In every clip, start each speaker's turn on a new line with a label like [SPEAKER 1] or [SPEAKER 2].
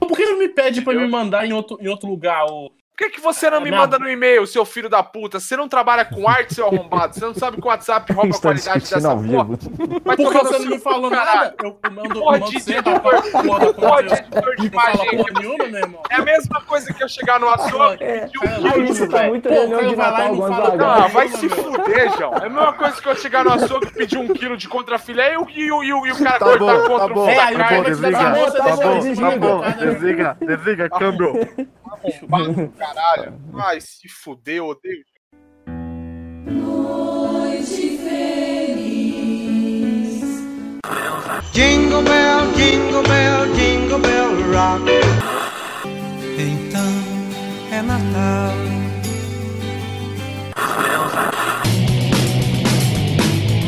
[SPEAKER 1] Por que não me pede pra
[SPEAKER 2] Entendeu?
[SPEAKER 1] me mandar em outro, em outro lugar? Ou...
[SPEAKER 2] Por que, que você não me
[SPEAKER 1] Nada.
[SPEAKER 2] manda no e-mail, seu filho da puta? Você não trabalha com arte, seu arrombado. Você não sabe que o WhatsApp rouba a
[SPEAKER 3] Estão
[SPEAKER 2] qualidade
[SPEAKER 3] discutindo
[SPEAKER 2] dessa
[SPEAKER 3] ao
[SPEAKER 2] porra.
[SPEAKER 3] vivo.
[SPEAKER 1] Por
[SPEAKER 2] Vai
[SPEAKER 1] que
[SPEAKER 2] tomar no
[SPEAKER 1] você não
[SPEAKER 2] seu
[SPEAKER 1] me
[SPEAKER 2] cu,
[SPEAKER 1] falou
[SPEAKER 2] assim, caralho.
[SPEAKER 1] nada? Eu eu mando,
[SPEAKER 2] Pode
[SPEAKER 1] mando
[SPEAKER 2] de
[SPEAKER 1] sempre a
[SPEAKER 2] editor.
[SPEAKER 1] porra do
[SPEAKER 2] Pode
[SPEAKER 1] conteúdo.
[SPEAKER 2] editor de
[SPEAKER 1] Não fala
[SPEAKER 2] imagem.
[SPEAKER 1] porra nenhuma, meu irmão.
[SPEAKER 2] É a mesma coisa que eu chegar no WhatsApp e
[SPEAKER 3] É.
[SPEAKER 2] pedir
[SPEAKER 1] Cara,
[SPEAKER 2] um
[SPEAKER 3] Que
[SPEAKER 1] Ai,
[SPEAKER 2] livro,
[SPEAKER 3] isso, tá
[SPEAKER 2] velho.
[SPEAKER 3] muito
[SPEAKER 1] Pô,
[SPEAKER 3] leilão
[SPEAKER 1] cara,
[SPEAKER 3] de
[SPEAKER 1] vai lá
[SPEAKER 3] Natal,
[SPEAKER 1] e não fala
[SPEAKER 3] Gonzaga.
[SPEAKER 1] nada.
[SPEAKER 2] Ah, vai se fuder, João. É a mesma coisa que eu chegar no açougue e pedir um quilo de contrafilé e o, e o, e o, e o cara
[SPEAKER 4] Tá
[SPEAKER 2] cortar
[SPEAKER 4] bom,
[SPEAKER 2] contra
[SPEAKER 4] tá
[SPEAKER 2] o
[SPEAKER 4] bom,
[SPEAKER 2] fio da
[SPEAKER 4] tá
[SPEAKER 1] aí
[SPEAKER 4] bom,
[SPEAKER 1] eu vou te dar
[SPEAKER 4] desliga.
[SPEAKER 1] uma moça,
[SPEAKER 4] Tá
[SPEAKER 1] deixa eu
[SPEAKER 4] bom,
[SPEAKER 1] desligar,
[SPEAKER 4] tá bom,
[SPEAKER 1] cara.
[SPEAKER 4] desliga,
[SPEAKER 3] Tá
[SPEAKER 4] desliga, câmbio.
[SPEAKER 2] Arrombado, caralho. Ai, se fuder, eu odeio.
[SPEAKER 5] Jingle bell, jingle bell, jingle bell rock. Então é Natal.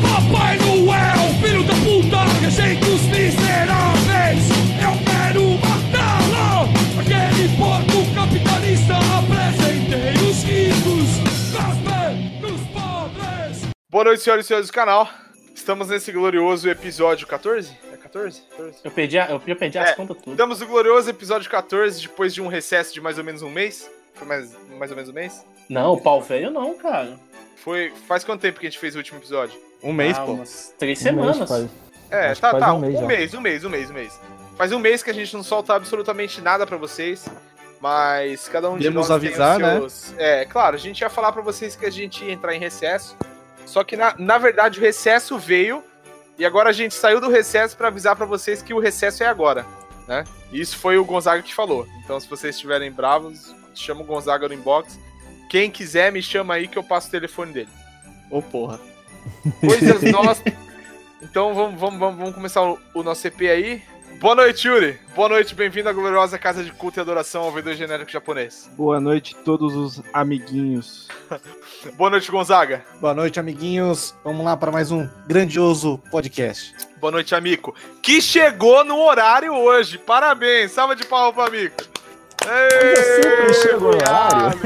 [SPEAKER 6] Papai Noel, filho da puta, rejeitos miseráveis. Eu quero matá-lo. Aquele porco capitalista apresentei os ricos, cospe nos pobres.
[SPEAKER 2] Boa noite, senhoras e senhores do canal. Estamos nesse glorioso episódio 14? É 14? 14?
[SPEAKER 1] Eu perdi, a- eu, eu perdi as
[SPEAKER 2] É,
[SPEAKER 1] contas tudo.
[SPEAKER 2] Estamos no glorioso episódio 14, depois de um recesso de mais ou menos um mês. Foi mais, mais ou menos um mês?
[SPEAKER 1] Não, o pau velho não, cara.
[SPEAKER 2] Foi. Faz quanto tempo que a gente fez o último episódio?
[SPEAKER 7] Um mês,
[SPEAKER 1] Ah,
[SPEAKER 7] pô.
[SPEAKER 1] umas três
[SPEAKER 3] Um mês,
[SPEAKER 1] semanas.
[SPEAKER 3] pai.
[SPEAKER 2] É,
[SPEAKER 3] Acho
[SPEAKER 2] tá,
[SPEAKER 3] que faz
[SPEAKER 2] tá.
[SPEAKER 3] um mês
[SPEAKER 2] Um
[SPEAKER 3] já.
[SPEAKER 2] mês, um mês, um mês, um mês. Faz um mês que a gente não solta absolutamente nada pra vocês. Mas cada um
[SPEAKER 7] Demos
[SPEAKER 2] de nós
[SPEAKER 7] avisar, né?
[SPEAKER 2] seus... É, claro, a gente ia falar pra vocês que a gente ia entrar em recesso. Só que, na, na verdade, o recesso veio. E agora a gente saiu do recesso pra avisar pra vocês que o recesso é agora, né? E isso foi o Gonzaga que falou. Então, se vocês estiverem bravos, chama o Gonzaga no inbox. Quem quiser, me chama aí que eu passo o telefone dele
[SPEAKER 7] Ô, porra.
[SPEAKER 2] coisas nossas. Então vamos, vamos, vamos, vamos começar o, o nosso EP aí. Boa noite, Yuri. Boa noite, bem-vindo à gloriosa Casa de Culto e Adoração ao V2 Genérico Japonês.
[SPEAKER 8] Boa noite, todos os amiguinhos.
[SPEAKER 2] Boa noite, Gonzaga.
[SPEAKER 7] Boa noite, amiguinhos. Vamos lá para mais um grandioso podcast.
[SPEAKER 2] Boa noite, Amico. Que chegou no horário hoje. Parabéns. Salva de palmas pro Amico.
[SPEAKER 3] Eu sempre chego no horário.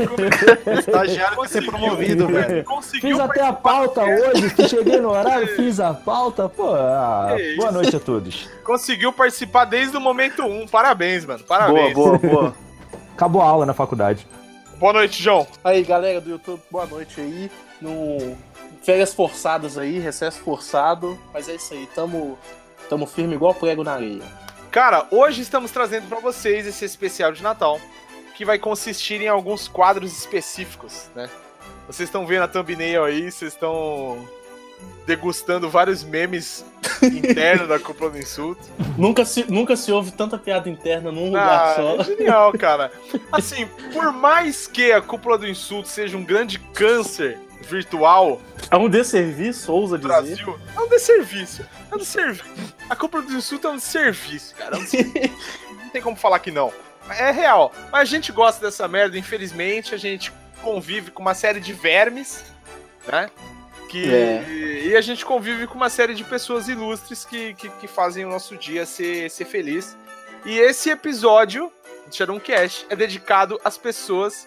[SPEAKER 7] O estagiário vai ser promovido, velho.
[SPEAKER 2] Conseguiu
[SPEAKER 3] Fiz até a pauta hoje, cheguei no horário, fiz a pauta. Pô, ah,
[SPEAKER 2] Que
[SPEAKER 3] boa
[SPEAKER 2] isso.
[SPEAKER 3] noite a todos.
[SPEAKER 2] Conseguiu participar desde o momento 1. Parabéns, mano. Parabéns.
[SPEAKER 8] Boa, boa, boa.
[SPEAKER 3] Acabou a aula na faculdade.
[SPEAKER 2] Boa noite, João.
[SPEAKER 1] Aí, galera do YouTube, boa noite aí. No férias forçadas aí, recesso forçado, mas é isso aí, tamo tamo firme igual prego na areia.
[SPEAKER 2] Cara, hoje estamos trazendo pra vocês esse especial de Natal, que vai consistir em alguns quadros específicos, né? Vocês estão vendo a thumbnail aí, vocês estão degustando vários memes internos da Cúpula do Insulto.
[SPEAKER 1] Nunca se nunca se ouve tanta piada interna num Um lugar
[SPEAKER 2] Ah,
[SPEAKER 1] só.
[SPEAKER 2] é genial, cara. Assim, por mais que a Cúpula do Insulto seja um grande câncer virtual
[SPEAKER 1] É um desserviço, ousa
[SPEAKER 2] do
[SPEAKER 1] dizer.
[SPEAKER 2] Brasil, é um desserviço. É um desserviço. A Cúpula do Insulto é um desserviço, cara. É um não tem como falar que não. É real. Mas a gente gosta dessa merda, infelizmente. A gente convive com uma série de vermes, né? Que,
[SPEAKER 1] É.
[SPEAKER 2] E a gente convive com uma série de pessoas ilustres que, que, que fazem o nosso dia ser, ser feliz. E esse episódio do Shadow Cash é dedicado às pessoas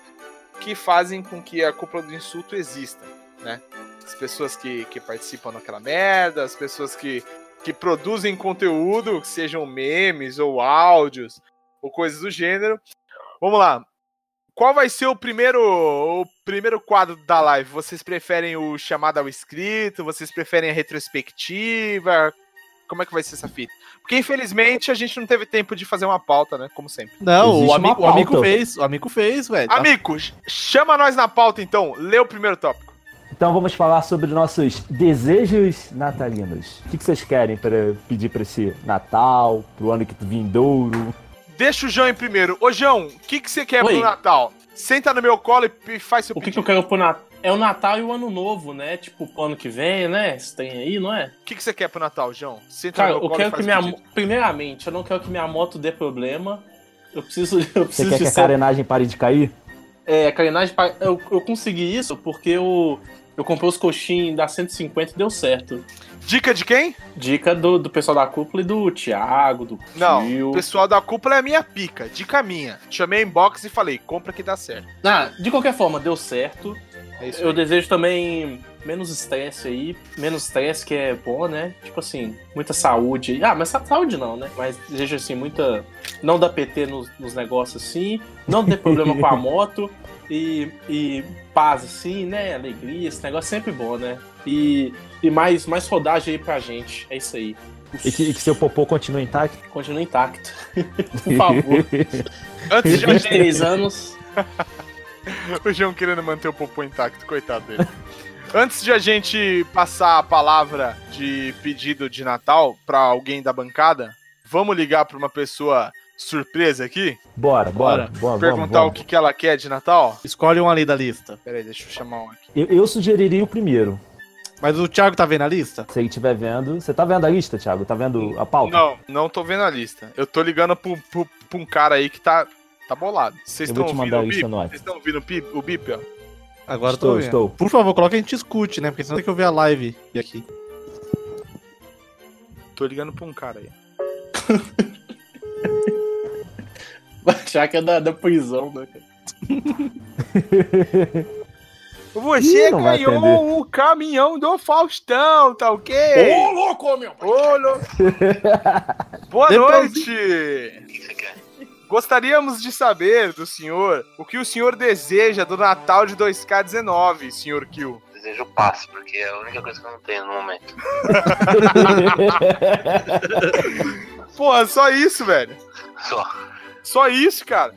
[SPEAKER 2] que fazem com que a cúpula do insulto exista, né? As pessoas que, que participam daquela merda, as pessoas que, que produzem conteúdo, que sejam memes ou áudios ou coisas do gênero. Vamos lá. Qual vai ser o primeiro o primeiro quadro da live? Vocês preferem o chamado ao escrito? Vocês preferem a retrospectiva? Como é que vai ser essa fita? Porque infelizmente a gente não teve tempo de fazer uma pauta, né? Como sempre.
[SPEAKER 7] Não,
[SPEAKER 3] Existe
[SPEAKER 7] o
[SPEAKER 3] uma
[SPEAKER 7] amigo, o amigo
[SPEAKER 3] pauta.
[SPEAKER 7] fez. O amigo fez, velho.
[SPEAKER 8] Ah.
[SPEAKER 7] Tá-
[SPEAKER 2] Amigos, chama nós na pauta então. Lê o primeiro tópico.
[SPEAKER 3] Então vamos falar sobre nossos desejos natalinos. O que que vocês querem para pedir para esse Natal, pro ano que vindouro?
[SPEAKER 2] Deixa o João em primeiro. Ô, João, o que que você quer
[SPEAKER 1] Oi.
[SPEAKER 2] pro Natal? Senta no meu colo e p- faz seu
[SPEAKER 1] O que,
[SPEAKER 2] pedido.
[SPEAKER 1] que eu quero pro Natal? É o Natal e o Ano Novo, né? Tipo, pro ano que vem, né? Esse trem aí, não é?
[SPEAKER 2] O que que você quer pro Natal, João? Senta
[SPEAKER 1] Cara,
[SPEAKER 2] no
[SPEAKER 1] eu
[SPEAKER 2] Então, meu colo e
[SPEAKER 1] quero que
[SPEAKER 2] faz
[SPEAKER 1] minha.
[SPEAKER 2] o pedido.
[SPEAKER 1] mo- Primeiramente, eu não quero que minha moto dê problema. Eu preciso, eu
[SPEAKER 3] Você
[SPEAKER 1] preciso
[SPEAKER 3] quer que
[SPEAKER 1] de
[SPEAKER 3] a
[SPEAKER 1] ser
[SPEAKER 3] carenagem pare de cair?
[SPEAKER 1] É, carenagem. pa- Eu, eu consegui isso porque eu, eu comprei os coxinhos da 150 e deu certo.
[SPEAKER 2] Dica de quem?
[SPEAKER 1] Dica do, do pessoal da cúpula e do Thiago, do
[SPEAKER 2] Não,
[SPEAKER 1] Gil.
[SPEAKER 2] o pessoal da cúpula é minha pica, dica minha. Chamei a inbox e falei, compra que dá certo.
[SPEAKER 1] Ah, de qualquer forma, deu certo.
[SPEAKER 2] É isso
[SPEAKER 1] Eu
[SPEAKER 2] aí.
[SPEAKER 1] desejo também menos estresse aí, menos estresse que é bom, né? Tipo assim, muita saúde. Ah, mas sa- saúde não, né? Mas desejo assim, muita. Não dar PT nos, nos negócios assim, não ter problema com a moto e, e paz assim, né? Alegria, esse negócio é sempre bom, né? E, e mais, mais rodagem aí pra gente. É isso aí.
[SPEAKER 3] E que, e que seu popô continue intacto.
[SPEAKER 1] Continua intacto. Por favor.
[SPEAKER 2] Antes de eu
[SPEAKER 1] 23 anos.
[SPEAKER 2] O João querendo manter o popô intacto, coitado dele. Antes de a gente passar a palavra de pedido de Natal pra alguém da bancada, vamos ligar pra uma pessoa surpresa aqui?
[SPEAKER 3] Bora, bora. bora
[SPEAKER 2] perguntar o que, que ela quer de Natal?
[SPEAKER 7] Escolhe um ali da lista.
[SPEAKER 2] Peraí, deixa eu chamar um aqui.
[SPEAKER 3] Eu, eu sugeriria o primeiro.
[SPEAKER 7] Mas o Thiago tá vendo a lista?
[SPEAKER 3] Se ele estiver vendo. Você tá vendo a lista, Thiago? Tá vendo a pauta?
[SPEAKER 2] Não, não tô vendo a lista. Eu tô ligando pro- pro- pra um cara aí que tá, tá bolado. Vocês
[SPEAKER 3] Eu
[SPEAKER 2] estão
[SPEAKER 3] vou te
[SPEAKER 2] ouvindo
[SPEAKER 3] mandar a
[SPEAKER 2] o
[SPEAKER 3] lista
[SPEAKER 2] bip?
[SPEAKER 3] no
[SPEAKER 2] Vocês
[SPEAKER 3] WhatsApp.
[SPEAKER 2] estão ouvindo o bip? O bip, ó.
[SPEAKER 7] Agora eu tô
[SPEAKER 3] Estou,
[SPEAKER 7] vendo.
[SPEAKER 3] estou.
[SPEAKER 7] Por favor, coloca a gente escute, né? Porque senão tem que ouvir a live e aqui.
[SPEAKER 2] Tô ligando pra um cara aí.
[SPEAKER 1] Vai achar que é da, da prisão, né, cara?
[SPEAKER 2] Você
[SPEAKER 3] Ih, não vai
[SPEAKER 2] ganhou
[SPEAKER 3] atender.
[SPEAKER 2] o caminhão do Faustão, tá ok?
[SPEAKER 1] Ô, louco, meu!
[SPEAKER 3] Oh!
[SPEAKER 2] Olô! Boa
[SPEAKER 3] Então,
[SPEAKER 7] Depois-
[SPEAKER 2] noite! Gostaríamos de saber do senhor o que o senhor deseja do Natal de 2K19, senhor Kill.
[SPEAKER 9] Desejo paz, porque é a única coisa que eu não tenho no momento.
[SPEAKER 2] Porra, só isso, velho.
[SPEAKER 9] Só.
[SPEAKER 2] Só isso, cara.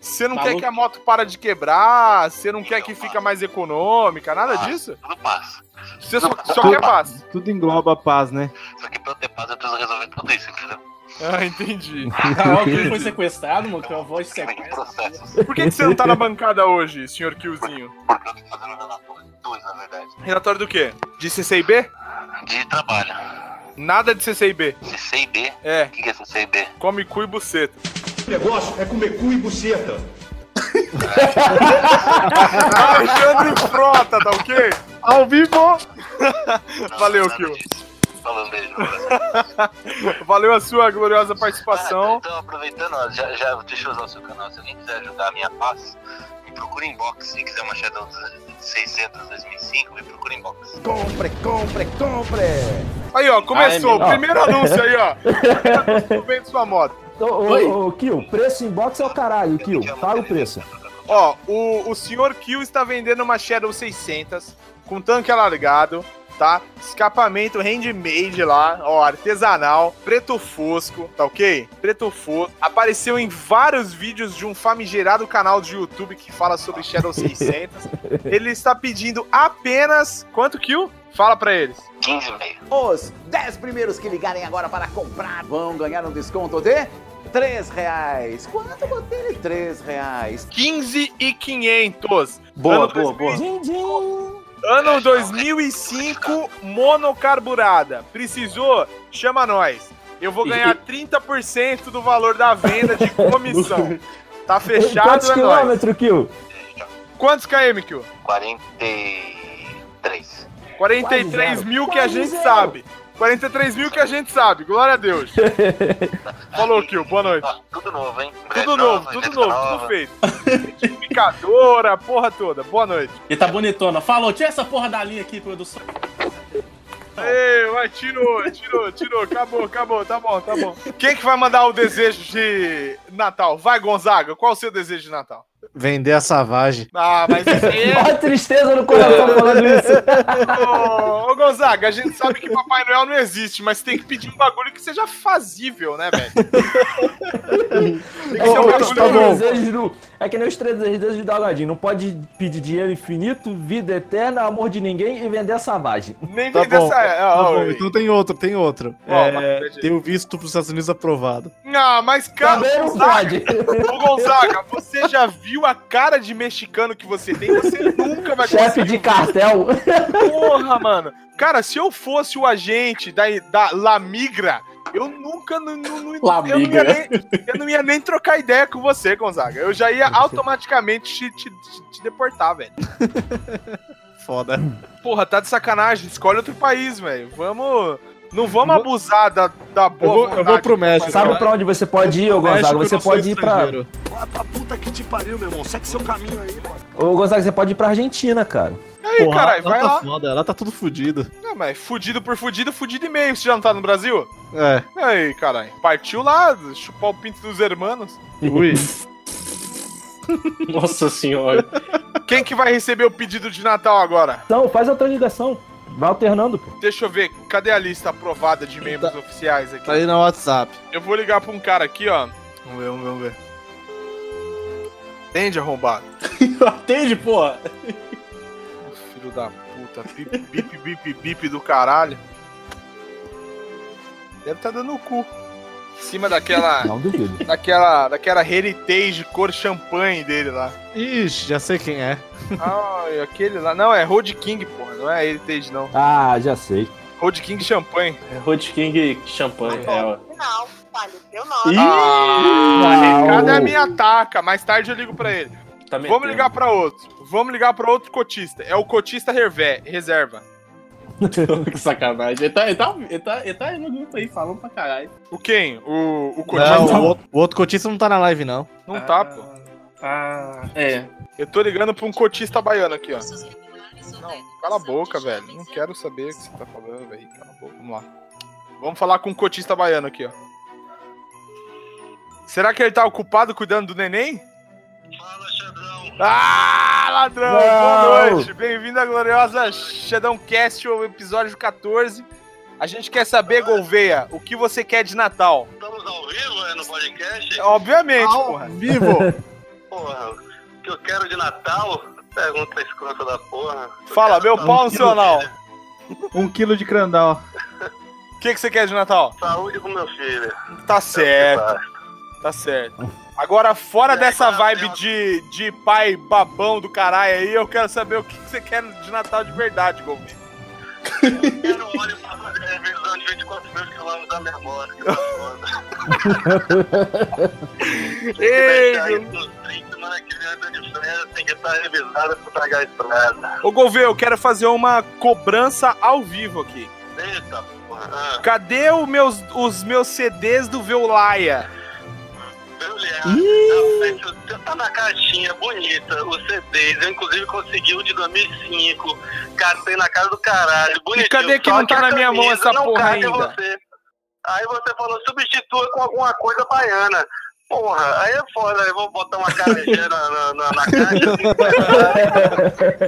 [SPEAKER 2] Você não
[SPEAKER 1] Maluco.
[SPEAKER 2] quer que a moto para de quebrar, você não quer que fica mais econômica, nada
[SPEAKER 9] Ah.
[SPEAKER 2] disso?
[SPEAKER 9] Tudo paz.
[SPEAKER 2] Você só, só quer paz.
[SPEAKER 8] Tudo engloba a paz, né?
[SPEAKER 9] Só que pra eu ter paz eu preciso resolver tudo isso, entendeu?
[SPEAKER 2] Ah, entendi.
[SPEAKER 1] Carol, quem Ah, foi sequestrado, mano? Que é uma voz de
[SPEAKER 9] Tem
[SPEAKER 1] sequestro.
[SPEAKER 9] processos.
[SPEAKER 2] Por que, que você não tá na bancada hoje, senhor Killzinho?
[SPEAKER 9] Porque eu tô fazendo relatório. Dois, na verdade.
[SPEAKER 2] Relatório do quê? De CCIB?
[SPEAKER 9] De trabalho.
[SPEAKER 2] Nada de CCIB.
[SPEAKER 9] CCIB.
[SPEAKER 2] É.
[SPEAKER 9] O que que é CCIB?
[SPEAKER 2] Come cu e buceta. O negócio é comer cu e buceta. Alexandre Frota, tá ok? Ao vivo!
[SPEAKER 9] Não,
[SPEAKER 2] Valeu,
[SPEAKER 9] nada
[SPEAKER 2] Kill.
[SPEAKER 9] disso. Falou, um beijo. no coração.
[SPEAKER 2] Valeu a sua gloriosa
[SPEAKER 9] Ah,
[SPEAKER 2] participação.
[SPEAKER 9] então, aproveitando, ó, já, já, deixa eu usar o seu canal. Se alguém quiser ajudar a minha paz, me procura em box. Se quiser uma Shadow 600 2005, me procura em box.
[SPEAKER 2] Aí, ó, começou.
[SPEAKER 1] Ai,
[SPEAKER 2] o primeiro anúncio aí, ó. Primeiro anúncio vendo sua moto.
[SPEAKER 3] Então, Ô,
[SPEAKER 1] Oi.
[SPEAKER 3] ô, ô, Kill, preço em box é o caralho, Kill. Fala o preço.
[SPEAKER 2] Ó, o, o senhor Kill está vendendo uma Shadow 600 com tanque alargado, tá? Escapamento handmade lá, ó, artesanal, preto fosco, tá ok? Preto fosco. Apareceu em vários vídeos de um famigerado canal de YouTube que fala sobre Shadow 600. Ele está pedindo apenas quanto Kill? Fala pra eles.
[SPEAKER 9] 15 e meio.
[SPEAKER 10] Os 10 primeiros que ligarem agora para comprar vão ganhar um desconto de 3 reais. Quanto botei ele? 3 reais.
[SPEAKER 2] 15 e 500.
[SPEAKER 1] Boa,
[SPEAKER 2] Ano
[SPEAKER 1] boa,
[SPEAKER 2] 2000.
[SPEAKER 1] boa.
[SPEAKER 3] Din, din.
[SPEAKER 2] Ano 2005, monocarburada. Precisou? Chama nós. Eu vou ganhar 30% do valor da venda de comissão. Tá
[SPEAKER 3] Quantos
[SPEAKER 2] fechado, é nóis.
[SPEAKER 3] quilômetros, Kill?
[SPEAKER 2] Quantos KM, Kio?
[SPEAKER 9] 43.
[SPEAKER 2] 43
[SPEAKER 3] Quase
[SPEAKER 2] mil
[SPEAKER 3] zero.
[SPEAKER 2] que a gente
[SPEAKER 3] Quase zero.
[SPEAKER 2] sabe. 43 mil que a gente sabe, glória a Deus. Falou, Kio, boa noite.
[SPEAKER 9] Ó, Ah, tudo novo, hein?
[SPEAKER 2] Tudo
[SPEAKER 9] Breve
[SPEAKER 2] novo,
[SPEAKER 9] nova,
[SPEAKER 2] tudo
[SPEAKER 9] letra
[SPEAKER 2] novo,
[SPEAKER 9] nova.
[SPEAKER 2] tudo feito. Picadora, porra toda, boa noite.
[SPEAKER 1] E tá bonitona. Falou, tira essa porra da linha aqui, produção.
[SPEAKER 2] Ei, vai, tirou, tirou, tirou. Acabou, acabou, tá bom, tá bom. Quem que vai mandar o desejo de Natal? Vai, Gonzaga, qual o seu desejo de Natal?
[SPEAKER 7] Vender a savagem.
[SPEAKER 2] Ah, mas
[SPEAKER 3] Ó
[SPEAKER 2] é.
[SPEAKER 3] a tristeza no coração falando isso.
[SPEAKER 2] ô, ô, Gonzaga, a gente sabe que Papai Noel não existe, mas tem que pedir um bagulho que seja fazível, né, velho? Tem que ser um
[SPEAKER 3] Ô, os
[SPEAKER 7] tá
[SPEAKER 3] três
[SPEAKER 2] bagulho.
[SPEAKER 3] desejos do- É que nem os três desejos do Dalgadinho. Não pode pedir dinheiro infinito, vida eterna, amor de ninguém e vender a savagem.
[SPEAKER 2] Nem
[SPEAKER 7] Tá
[SPEAKER 2] vem
[SPEAKER 7] bom.
[SPEAKER 2] dessa. Ah,
[SPEAKER 7] Tá bom,
[SPEAKER 2] oi.
[SPEAKER 7] então tem outro, tem outro.
[SPEAKER 2] Ó,
[SPEAKER 7] é,
[SPEAKER 2] mas-
[SPEAKER 7] tem o visto para os Estados Unidos aprovado.
[SPEAKER 2] Ah, mas cara,
[SPEAKER 3] Também
[SPEAKER 7] Tá
[SPEAKER 3] não
[SPEAKER 2] Gonzaga,
[SPEAKER 3] pode.
[SPEAKER 2] ô, Gonzaga, você já viu a cara de mexicano que você tem? Você nunca vai
[SPEAKER 3] Chefe de cartel.
[SPEAKER 2] Porra, mano. Cara, se eu fosse o agente da, da La Migra, eu nunca. Não, não, não-
[SPEAKER 1] La
[SPEAKER 2] eu, não ia
[SPEAKER 1] Migra.
[SPEAKER 2] nem, eu não ia nem trocar ideia com você, Gonzaga. Eu já ia automaticamente te, te- te- te deportar, velho.
[SPEAKER 7] Foda.
[SPEAKER 2] Porra, tá de sacanagem. Escolhe outro país, velho. Vamos. Não vamos abusar da, da boa
[SPEAKER 11] vou- eu
[SPEAKER 2] vontade
[SPEAKER 11] vou pro
[SPEAKER 2] do
[SPEAKER 11] México,
[SPEAKER 2] Papai
[SPEAKER 11] cara.
[SPEAKER 2] Noel.
[SPEAKER 3] Sabe pra onde você pode ir, ô Gonzaga? Você pode ir pra.
[SPEAKER 11] Vai pra puta que te pariu, meu irmão. Segue seu caminho aí, mano.
[SPEAKER 3] Ô Gonzaga, você pode ir pra Argentina, cara.
[SPEAKER 2] Aí, caralho, vai
[SPEAKER 11] tá
[SPEAKER 2] lá.
[SPEAKER 11] foda, ela tá tudo fodido.
[SPEAKER 2] Não, mas fudido por fudido, fudido e meio. Você já não tá no Brasil?
[SPEAKER 11] É.
[SPEAKER 2] Aí, caralho. Partiu lá, chupar o pinto dos hermanos.
[SPEAKER 11] Ui.
[SPEAKER 1] Nossa senhora.
[SPEAKER 2] Quem que vai receber o pedido de Natal agora?
[SPEAKER 3] Então, faz outra ligação. Vai alternando, pô.
[SPEAKER 2] Deixa eu ver, cadê a lista aprovada de membros oficiais aqui?
[SPEAKER 11] Tá aí no WhatsApp.
[SPEAKER 2] Eu vou ligar pra um cara aqui, ó. Vamos ver, vamos ver, vamos ver. Atende, arrombado.
[SPEAKER 1] Atende, porra.
[SPEAKER 2] Filho da puta. Bip, bip, bip, bip do caralho. Deve tá dando o cu. Em cima daquela.
[SPEAKER 3] Não duvido.
[SPEAKER 2] daquela. daquela heritage cor champanhe dele lá.
[SPEAKER 11] Ixi, já sei quem é.
[SPEAKER 2] Ah, e aquele lá. Não, é Road King, porra. Não é heritage, não.
[SPEAKER 3] Ah, já sei.
[SPEAKER 2] Road King champanhe.
[SPEAKER 1] É Road King Champanhe, é, ó.
[SPEAKER 12] Não, falho, eu não.
[SPEAKER 2] Ah, o
[SPEAKER 1] Uau.
[SPEAKER 2] arrecada é a minha taca. Mais tarde eu ligo pra ele.
[SPEAKER 1] Tá
[SPEAKER 2] Vamos
[SPEAKER 1] metendo.
[SPEAKER 2] ligar pra outro. Vamos ligar pra outro cotista. É o cotista revé, reserva.
[SPEAKER 1] que sacanagem. Ele tá, ele, tá, ele, tá, ele tá aí no grupo aí falando pra caralho.
[SPEAKER 2] O quem? O, o cotista?
[SPEAKER 11] Não, o, outro, o outro cotista não tá na live, não.
[SPEAKER 2] Não tá, pô.
[SPEAKER 1] Ah, é.
[SPEAKER 2] Eu tô ligando pra um cotista baiano aqui, ó. Não, cala a boca, velho. Não quero saber o que você tá falando, velho. Cala a boca. Vamos lá. Vamos falar com um cotista baiano aqui, ó. Será que ele tá ocupado cuidando do neném? Fala, Xadrão. Ah, ladrão! Boa
[SPEAKER 3] Não.
[SPEAKER 2] noite! Bem-vindo à gloriosa Xadrão Cast, o episódio 14. A gente quer saber, Golveia, o que você quer de Natal?
[SPEAKER 9] Estamos ao vivo, é, no podcast?
[SPEAKER 2] Obviamente,
[SPEAKER 9] Ao
[SPEAKER 2] porra.
[SPEAKER 9] vivo. Porra, o que eu quero de Natal? Pergunta escrota da porra.
[SPEAKER 2] Fala, meu pau no seu anal.
[SPEAKER 8] Um quilo de crandal.
[SPEAKER 2] O que, que você quer de Natal?
[SPEAKER 9] Saúde pro meu filho.
[SPEAKER 2] Tá certo. Tá certo. Agora, fora dessa vibe de, de pai babão do caralho aí, eu quero saber o que que você quer de Natal de verdade, Gomes.
[SPEAKER 9] Previsão de 24 mil quilômetros da memória.
[SPEAKER 2] Ei,
[SPEAKER 9] Semana que vem eu tô de férias, tem que estar revisada pra pagar a estrada.
[SPEAKER 2] Ô, Gouveia, eu quero fazer uma cobrança ao vivo aqui.
[SPEAKER 9] Eita porra. Ah,
[SPEAKER 2] Cadê o meus, os meus CDs do Veulaia?
[SPEAKER 9] Você tá na caixinha bonita, os CDs. Eu, inclusive, consegui o de 2005. Catei na casa do caralho. Bonitinho.
[SPEAKER 2] E cadê que
[SPEAKER 9] Só
[SPEAKER 2] não tá na
[SPEAKER 9] a
[SPEAKER 2] minha mão
[SPEAKER 9] camisa
[SPEAKER 2] essa
[SPEAKER 9] não
[SPEAKER 2] porra
[SPEAKER 9] cabe em
[SPEAKER 2] ainda?
[SPEAKER 9] Você. Aí você falou, substitua com alguma coisa baiana. Porra, aí é foda. Eu vou botar uma carejeira na, na, na caixa.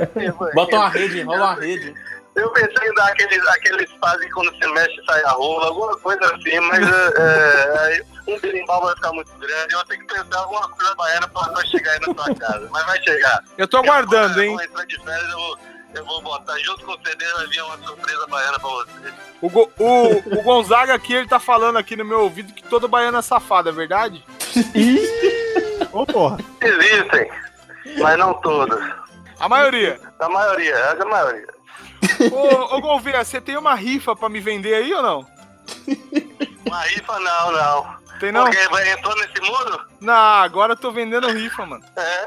[SPEAKER 9] assim, vai.
[SPEAKER 1] Bota uma rede, enrola uma rede.
[SPEAKER 9] Eu pensei em dar aqueles, aqueles fases que quando se mexe sai a rola, alguma coisa assim, mas é, é, aí um berimbau vai ficar muito grande. Eu vou ter que pensar alguma coisa baiana pra, pra chegar aí na sua casa. Mas vai chegar.
[SPEAKER 2] Eu tô aguardando, hein?
[SPEAKER 9] Vou entrar de férias, eu vou, eu vou botar junto com o CD, vai vir uma surpresa baiana pra você.
[SPEAKER 2] O, Go- o- o Gonzaga aqui, ele tá falando aqui no meu ouvido que todo baiano é safado, é verdade?
[SPEAKER 11] Ô, porra.
[SPEAKER 9] Existem, mas não todos.
[SPEAKER 2] A maioria.
[SPEAKER 9] A maioria, é a maioria.
[SPEAKER 2] Ô, ô Gouveia, você tem uma rifa pra me vender aí ou não?
[SPEAKER 9] Uma rifa não, não.
[SPEAKER 2] Tem não?
[SPEAKER 9] Porque vai- entrou nesse mundo?
[SPEAKER 2] Não, agora eu tô vendendo rifa, mano.
[SPEAKER 9] É.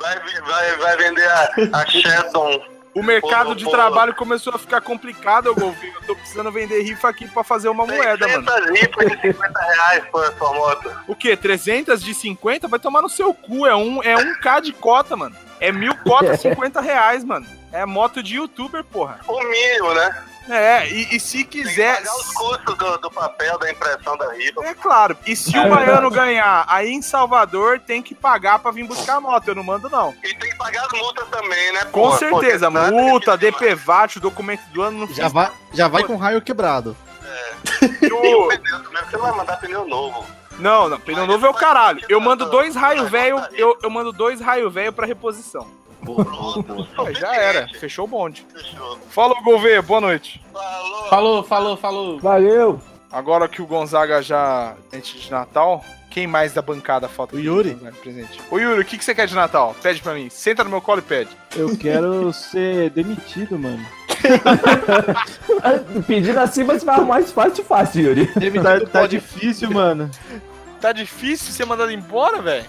[SPEAKER 9] Vai, vi- vai, vai vender a, a Shadow.
[SPEAKER 2] O mercado de
[SPEAKER 9] Pô, pô.
[SPEAKER 2] trabalho começou a ficar complicado, ô Golfinho. Eu tô precisando vender rifa aqui pra fazer uma moeda, mano.
[SPEAKER 9] 300 rifas de 50 reais por sua moto.
[SPEAKER 2] O quê? 300 de 50? Vai tomar no seu cu. É um, é um K de cota, mano. É mil cotas, 50 reais, mano. É moto de youtuber, porra.
[SPEAKER 9] O mínimo, né?
[SPEAKER 2] É, e, e se quiser.
[SPEAKER 9] Pagar os custos do, do papel, da impressão da rifa.
[SPEAKER 2] É claro. E se o baiano ganhar aí em Salvador, tem que pagar pra vir buscar a moto. Eu não mando, não.
[SPEAKER 9] E tem que pagar as multas também, né?
[SPEAKER 2] Com
[SPEAKER 9] porra?
[SPEAKER 2] certeza.
[SPEAKER 9] Porque sabe
[SPEAKER 2] Multa,
[SPEAKER 9] que-
[SPEAKER 2] DPVAT, o documento do ano não
[SPEAKER 11] Já vai, já vai com raio quebrado.
[SPEAKER 9] Tem o pneu também, é Você vai mandar pneu novo.
[SPEAKER 2] Não, não, pneu novo é o caralho. Eu mando dois raio velho, eu, eu mando dois raio velho pra reposição. Aí já era, fechou o bonde.
[SPEAKER 9] Fechou.
[SPEAKER 2] Falou, Gouveia, boa noite.
[SPEAKER 9] Falou.
[SPEAKER 1] Falou, falou, falou.
[SPEAKER 3] Valeu!
[SPEAKER 2] Agora que o Gonzaga já é antes de Natal, quem mais da bancada falta?
[SPEAKER 11] O Yuri.
[SPEAKER 2] Gonzaga Presente. Ô Yuri, o que, que você quer de Natal? Pede pra mim. Senta no meu colo e pede.
[SPEAKER 8] Eu quero ser demitido, mano.
[SPEAKER 3] Pedindo assim, mas vai mais fácil, fácil, Yuri.
[SPEAKER 8] Tá, tá difícil, mano.
[SPEAKER 2] Tá difícil ser mandado embora, velho?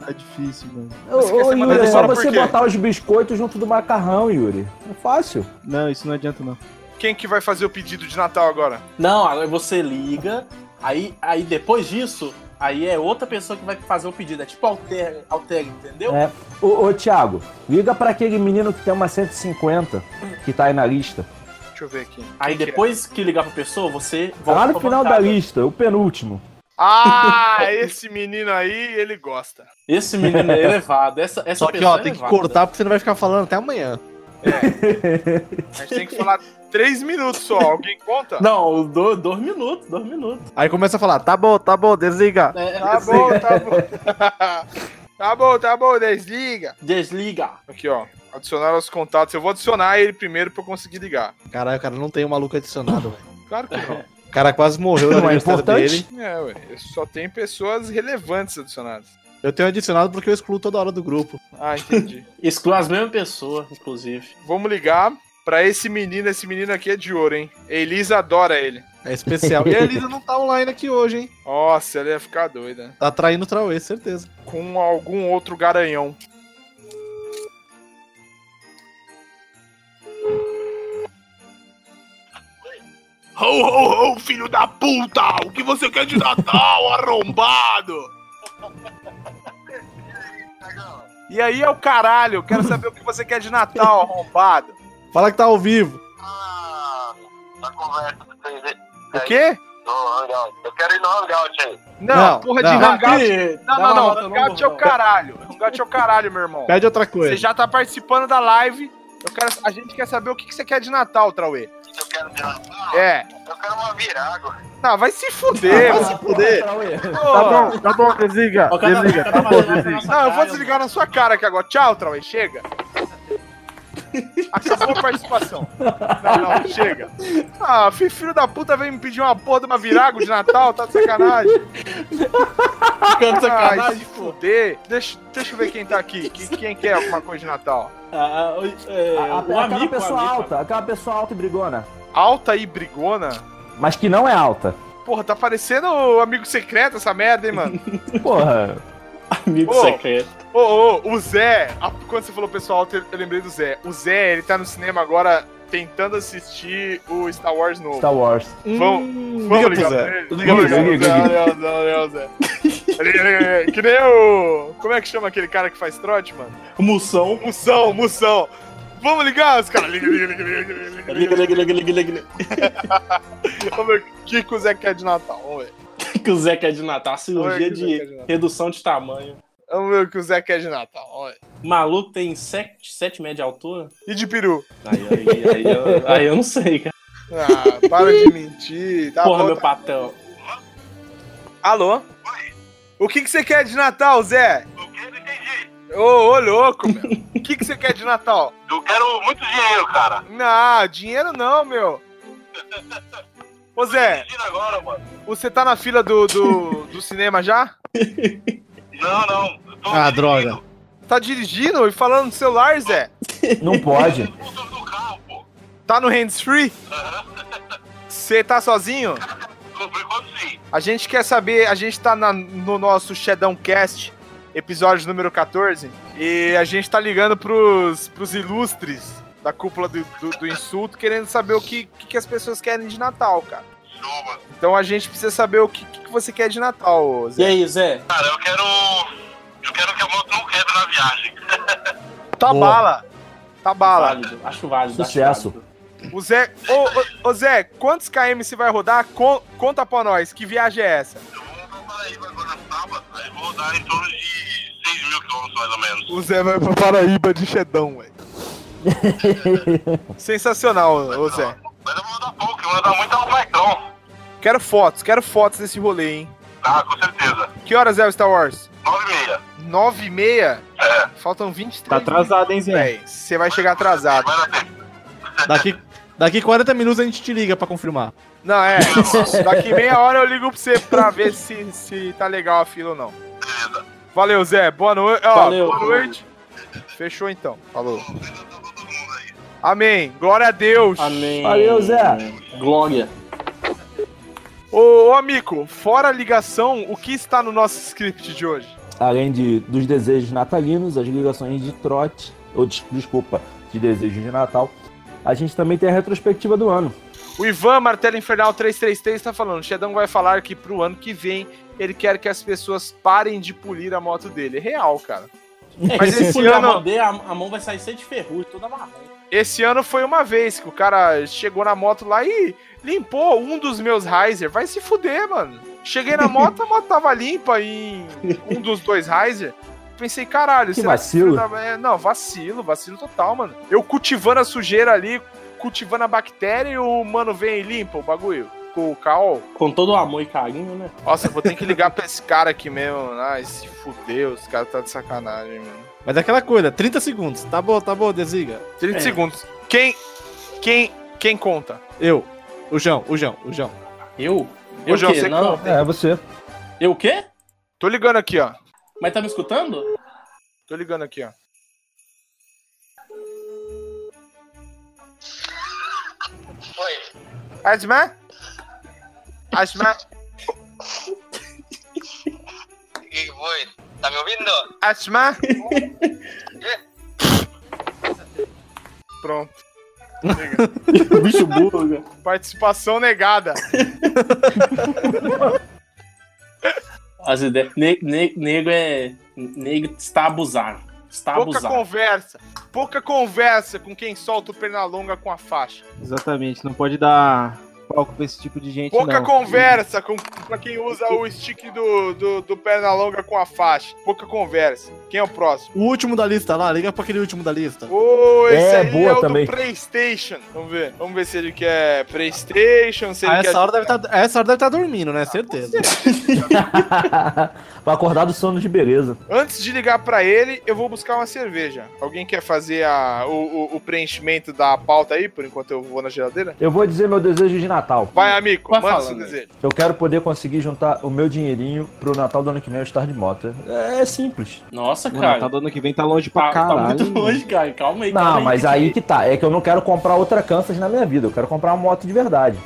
[SPEAKER 8] Tá difícil, mano.
[SPEAKER 3] Ô,
[SPEAKER 2] Você quer
[SPEAKER 3] ô,
[SPEAKER 2] ser mandado
[SPEAKER 3] Yuri, é só
[SPEAKER 2] embora por
[SPEAKER 3] você
[SPEAKER 2] quê?
[SPEAKER 3] botar os biscoitos junto do macarrão, Yuri. É fácil.
[SPEAKER 8] Não, isso não adianta, não.
[SPEAKER 2] Quem que vai fazer o pedido de Natal agora?
[SPEAKER 1] Não, agora você liga, aí, aí depois disso, aí é outra pessoa que vai fazer o pedido. É tipo alter, alter entendeu?
[SPEAKER 3] É. Ô, ô, Thiago, liga pra aquele menino que tem uma 150 que tá aí na lista.
[SPEAKER 2] Deixa eu ver aqui.
[SPEAKER 1] Aí depois que ligar pra pessoa, você volta
[SPEAKER 3] Tá Lá no
[SPEAKER 1] pra
[SPEAKER 3] final da
[SPEAKER 1] bancada.
[SPEAKER 3] lista, o penúltimo.
[SPEAKER 2] Ah, esse menino aí, ele gosta.
[SPEAKER 1] Esse menino é elevado. Essa, essa
[SPEAKER 7] Só que,
[SPEAKER 1] pessoa
[SPEAKER 7] ó,
[SPEAKER 1] é
[SPEAKER 7] tem que
[SPEAKER 1] elevada.
[SPEAKER 7] cortar porque você não vai ficar falando até amanhã.
[SPEAKER 2] A gente tem que falar três minutos só. Alguém conta?
[SPEAKER 1] Não, do- dois minutos, dois minutos.
[SPEAKER 7] Aí começa a falar, tá bom, tá bom, desliga.
[SPEAKER 1] É,
[SPEAKER 2] Tá bom, tá bom. tá bom, tá bom, desliga.
[SPEAKER 1] Desliga.
[SPEAKER 2] Aqui, ó. Adicionar aos contatos. Eu vou adicionar ele primeiro pra eu conseguir ligar.
[SPEAKER 7] Caralho, cara, não tem um maluco adicionado, velho.
[SPEAKER 2] Claro que não.
[SPEAKER 7] O cara quase morreu no
[SPEAKER 3] Não, é
[SPEAKER 7] aniversário
[SPEAKER 3] importante.
[SPEAKER 7] dele.
[SPEAKER 2] É, ué. Eu só tenho pessoas relevantes adicionadas.
[SPEAKER 7] Eu tenho adicionado porque eu excluo toda hora do grupo.
[SPEAKER 2] Ah, entendi.
[SPEAKER 1] Exclui as mesmas pessoas, inclusive.
[SPEAKER 2] Vamos ligar pra esse menino. Esse menino aqui é de ouro, hein? Elisa adora ele.
[SPEAKER 7] É especial. e a Elisa não tá online aqui hoje, hein?
[SPEAKER 2] Nossa, ela ia ficar doida.
[SPEAKER 7] Tá traindo o Trauê, certeza.
[SPEAKER 2] Com algum outro garanhão.
[SPEAKER 11] Ho, ho, ho, filho da puta! O que você quer de Natal, arrombado?
[SPEAKER 2] E aí é o caralho. eu Quero saber o que você quer de Natal, arrombado.
[SPEAKER 7] Fala que tá ao vivo.
[SPEAKER 9] Ah, a conversa que vocês
[SPEAKER 2] O quê?
[SPEAKER 9] no Hangout. Eu quero ir no Hangout aí.
[SPEAKER 2] Não,
[SPEAKER 7] Não,
[SPEAKER 2] porra
[SPEAKER 7] não.
[SPEAKER 2] de hangout.
[SPEAKER 1] Ih, dá
[SPEAKER 2] Não, não,
[SPEAKER 1] uma
[SPEAKER 2] não.
[SPEAKER 1] nota,
[SPEAKER 2] Hangout é
[SPEAKER 1] não,
[SPEAKER 2] o caralho. Hangout é o caralho, meu irmão.
[SPEAKER 7] Pede outra
[SPEAKER 2] Você
[SPEAKER 7] coisa.
[SPEAKER 2] já tá participando da live. Eu quero, a gente quer saber o que, que você quer de Natal, Trauê.
[SPEAKER 9] Eu quero de Natal.
[SPEAKER 2] É.
[SPEAKER 9] Eu quero uma virago.
[SPEAKER 2] Não, vai se fuder.
[SPEAKER 7] Ah,
[SPEAKER 2] mano.
[SPEAKER 7] se fuder.
[SPEAKER 8] Tá bom, tá bom, desliga.
[SPEAKER 1] Ó, cada-
[SPEAKER 7] Tá
[SPEAKER 8] Desliga.
[SPEAKER 1] cada maneira tá na nossa
[SPEAKER 2] Não, eu vou
[SPEAKER 1] cara,
[SPEAKER 2] desligar na sua cara aqui agora. Tchau, Trauê. Chega. Acabou a participação. Não, não, chega. Ah, fi- filho da puta veio me pedir uma porra de uma virago de Natal, tá de sacanagem.
[SPEAKER 1] mano. Ficando
[SPEAKER 2] Ai, se
[SPEAKER 1] sacanagem, pô.
[SPEAKER 2] fuder. Deixa, deixa eu ver quem tá aqui. Que- quem quer alguma coisa de Natal?
[SPEAKER 1] Ah, ah, é,
[SPEAKER 3] A- a-
[SPEAKER 1] o
[SPEAKER 3] aquela
[SPEAKER 1] amigo,
[SPEAKER 3] pessoa
[SPEAKER 1] o amigo.
[SPEAKER 3] alta, aquela pessoa alta e brigona.
[SPEAKER 2] Alta e brigona?
[SPEAKER 3] Mas que não é alta.
[SPEAKER 2] Porra, tá parecendo o amigo secreto essa merda, hein, mano?
[SPEAKER 3] Porra.
[SPEAKER 1] Amigo
[SPEAKER 2] Ô.
[SPEAKER 1] secreto.
[SPEAKER 2] Ô, ô, o Zé, a- quando você falou pessoal, eu eu lembrei do Zé. O Zé, ele tá no cinema agora tentando assistir o Star Wars novo.
[SPEAKER 3] Star Wars.
[SPEAKER 2] Vamos, vamos
[SPEAKER 7] liga
[SPEAKER 2] ligar
[SPEAKER 7] pro Zé.
[SPEAKER 2] pra ele.
[SPEAKER 7] Liga pro Zé,
[SPEAKER 2] Vamos
[SPEAKER 3] liga,
[SPEAKER 2] ligar pro Zé, olha o Zé, olha o Zé. Liga, liga, liga. Que nem o. Como é que chama aquele cara que faz trote, mano?
[SPEAKER 1] Moção.
[SPEAKER 2] Moção, moção. Vamos ligar os caras. Liga, liga, liga, liga,
[SPEAKER 1] Liga,
[SPEAKER 2] liga, liga, liga.
[SPEAKER 1] liga, liga, liga, liga, liga.
[SPEAKER 2] Vamos ver o que que o Zé quer de Natal. Vamos ver.
[SPEAKER 1] Que o Zé quer de Natal. Cirurgia
[SPEAKER 2] Oi, que o Zé quer
[SPEAKER 1] de
[SPEAKER 2] de Natal.
[SPEAKER 1] redução de tamanho.
[SPEAKER 2] Vamos ver o que o Zé quer de Natal. Vamos ver.
[SPEAKER 1] Maluco tem 7, 7 metros de altura?
[SPEAKER 2] E de peru?
[SPEAKER 1] Aí, aí, aí, eu, aí eu não sei, cara.
[SPEAKER 2] Ah, para de mentir. Tá
[SPEAKER 1] Porra,
[SPEAKER 2] bom,
[SPEAKER 1] meu
[SPEAKER 2] tá-
[SPEAKER 1] patrão.
[SPEAKER 2] Alô? O que que você quer de Natal, Zé?
[SPEAKER 9] Eu quero, entendi.
[SPEAKER 2] Ô, ô, louco, meu. O que que você quer de Natal?
[SPEAKER 9] Eu quero muito dinheiro, cara.
[SPEAKER 2] Não, dinheiro não, meu. Ô, Zé,
[SPEAKER 9] Tira agora, mano.
[SPEAKER 2] você tá na fila do, do, do cinema já?
[SPEAKER 9] Não, não. Eu tô
[SPEAKER 7] Ah,
[SPEAKER 9] dirigindo.
[SPEAKER 7] droga.
[SPEAKER 2] Tá dirigindo e falando no celular, Zé?
[SPEAKER 3] Não pode.
[SPEAKER 9] Eu tô do carro, pô.
[SPEAKER 2] Tá no hands-free? Você tá sozinho?
[SPEAKER 9] Comprei quanto sim.
[SPEAKER 2] A gente quer saber, a gente tá na- no nosso Shadowcast, episódio número 14, e a gente tá ligando pros, pros ilustres da cúpula do, do- do insulto, querendo saber o que, que, que as pessoas querem de Natal, cara.
[SPEAKER 9] Show, mano.
[SPEAKER 2] Então a gente precisa saber o que, que você quer de Natal, ô
[SPEAKER 1] E
[SPEAKER 2] Zé.
[SPEAKER 1] aí, Zé?
[SPEAKER 9] Cara, eu quero. Eu quero que a moto não quebre na viagem.
[SPEAKER 2] Tá
[SPEAKER 7] Boa.
[SPEAKER 2] bala! Tá bala.
[SPEAKER 1] Válido. Acho válido. acho
[SPEAKER 3] Sucesso.
[SPEAKER 1] válido.
[SPEAKER 2] O Zé. Ô, ô, ô, Zé, quantos KM você vai rodar? Con- conta pra nós, que viagem é essa?
[SPEAKER 9] Eu vou pra Paraíba agora sábado. Aí vou rodar em torno de 6 mil quilômetros, mais ou menos.
[SPEAKER 2] O Zé vai pra Paraíba de Xedão, velho. Sensacional, ô Zé.
[SPEAKER 9] Mas eu vou rodar pouco, eu vou rodar muito ao Micron.
[SPEAKER 2] Quero fotos, quero fotos desse rolê, hein?
[SPEAKER 9] Ah, com certeza.
[SPEAKER 2] Que horas é o Star Wars?
[SPEAKER 9] 9 e meia.
[SPEAKER 2] 9 e meia?
[SPEAKER 9] É.
[SPEAKER 2] Faltam 23
[SPEAKER 8] Tá atrasado, hein, Zé?
[SPEAKER 2] minutos. Você vai chegar atrasado.
[SPEAKER 9] Vai dar tempo.
[SPEAKER 2] tá.
[SPEAKER 7] Daqui, daqui 40 minutos a gente te liga pra confirmar.
[SPEAKER 2] Não, é. Daqui meia hora eu ligo pra você pra ver se, se tá legal a fila ou não.
[SPEAKER 9] Beleza.
[SPEAKER 2] Valeu, Zé. Boa noite. Ó,
[SPEAKER 1] Valeu.
[SPEAKER 2] Boa noite. Fechou então. Falou.
[SPEAKER 9] Beleza, tá todo mundo aí.
[SPEAKER 2] Amém. Glória a Deus.
[SPEAKER 1] Amém.
[SPEAKER 3] Valeu, Zé.
[SPEAKER 1] Glória.
[SPEAKER 2] Ô, ô, amigo, fora a ligação, o que está no nosso script de hoje?
[SPEAKER 3] Além de, dos desejos natalinos, as ligações de trote, ou des- desculpa, de desejos de Natal, a gente também tem a retrospectiva do ano.
[SPEAKER 2] O Ivan Martelo Infernal 333 tá falando: Xedão vai falar que pro ano que vem ele quer que as pessoas parem de polir a moto dele. É real, cara.
[SPEAKER 1] É,
[SPEAKER 2] Mas
[SPEAKER 1] que se
[SPEAKER 2] esse
[SPEAKER 1] furar a mão
[SPEAKER 2] ano,
[SPEAKER 1] dele, a, a mão vai sair cheia de ferrugem, toda marrom.
[SPEAKER 2] esse ano foi uma vez que o cara chegou na moto lá e limpou um dos meus Riser. Vai se fuder, mano. Cheguei na moto, a moto tava limpa em um dos dois Riser. Pensei, caralho,
[SPEAKER 3] Que
[SPEAKER 2] será
[SPEAKER 3] vacilo.
[SPEAKER 2] filho da- é, Não, vacilo, vacilo total, mano. Eu cultivando a sujeira ali, cultivando a bactéria e o mano vem e limpa o bagulho com o cal.
[SPEAKER 1] Com todo o amor e carinho, né?
[SPEAKER 2] Nossa, eu vou ter que ligar pra esse cara aqui mesmo. Ai, se fudeu, esse cara tá de sacanagem, mano.
[SPEAKER 7] Mas é aquela coisa, 30 segundos. Tá bom, tá bom, desliga.
[SPEAKER 2] 30 segundos. Quem. Quem. Quem conta?
[SPEAKER 7] Eu. O João, o João, o João.
[SPEAKER 1] Eu?
[SPEAKER 2] Ô,
[SPEAKER 1] Eu
[SPEAKER 2] João,
[SPEAKER 1] quê?
[SPEAKER 2] você
[SPEAKER 1] Não.
[SPEAKER 2] conta.
[SPEAKER 3] É, você.
[SPEAKER 1] Eu o quê?
[SPEAKER 2] Tô ligando aqui, ó.
[SPEAKER 1] Mas tá me escutando?
[SPEAKER 2] Tô ligando aqui, ó. Asma? Asma?
[SPEAKER 9] O que que foi? Tá me ouvindo?
[SPEAKER 2] Asma? Pronto.
[SPEAKER 1] Bicho burro, velho.
[SPEAKER 2] Participação negada.
[SPEAKER 1] As ideias. Ne- ne- Nego é. Nego está abusado. Está
[SPEAKER 2] Pouca
[SPEAKER 1] abusado.
[SPEAKER 2] conversa. Pouca conversa com quem solta o pernalonga com a faixa.
[SPEAKER 8] Exatamente, não pode dar palco pra esse tipo de gente.
[SPEAKER 2] Pouca
[SPEAKER 8] não.
[SPEAKER 2] conversa com, pra quem usa o stick do, do, do pernalonga com a faixa. Pouca conversa. Quem é o próximo?
[SPEAKER 7] O último da lista lá, liga pra aquele último da lista.
[SPEAKER 2] Ô, esse
[SPEAKER 7] É,
[SPEAKER 2] aí
[SPEAKER 7] boa
[SPEAKER 2] é o
[SPEAKER 7] também.
[SPEAKER 2] do Playstation. Vamos ver. Vamos ver se ele quer Playstation, se ele
[SPEAKER 7] Ah,
[SPEAKER 2] quer...
[SPEAKER 7] essa, hora deve tá, essa hora deve estar dormindo, né? Certeza.
[SPEAKER 3] Pra acordar do sono de beleza.
[SPEAKER 2] Antes de ligar pra ele, eu vou buscar uma cerveja. Alguém quer fazer a- o, o- o preenchimento da pauta aí, por enquanto eu vou na geladeira?
[SPEAKER 3] Eu vou dizer meu desejo de Natal.
[SPEAKER 2] Vai, amigo,
[SPEAKER 1] Vai
[SPEAKER 2] manda
[SPEAKER 1] falando
[SPEAKER 2] seu
[SPEAKER 1] aí.
[SPEAKER 2] desejo.
[SPEAKER 3] Eu quero poder conseguir juntar o meu dinheirinho pro Natal do ano que vem eu estar de moto. É simples.
[SPEAKER 1] Nossa,
[SPEAKER 8] O
[SPEAKER 1] cara.
[SPEAKER 8] Natal do ano que vem tá longe pra
[SPEAKER 1] Tá, tá
[SPEAKER 8] caralho.
[SPEAKER 1] muito longe, cara. Calma aí, calma
[SPEAKER 3] Não, mas aí que tá. É que eu não quero comprar outra Kansas na minha vida. Eu quero comprar uma moto de verdade.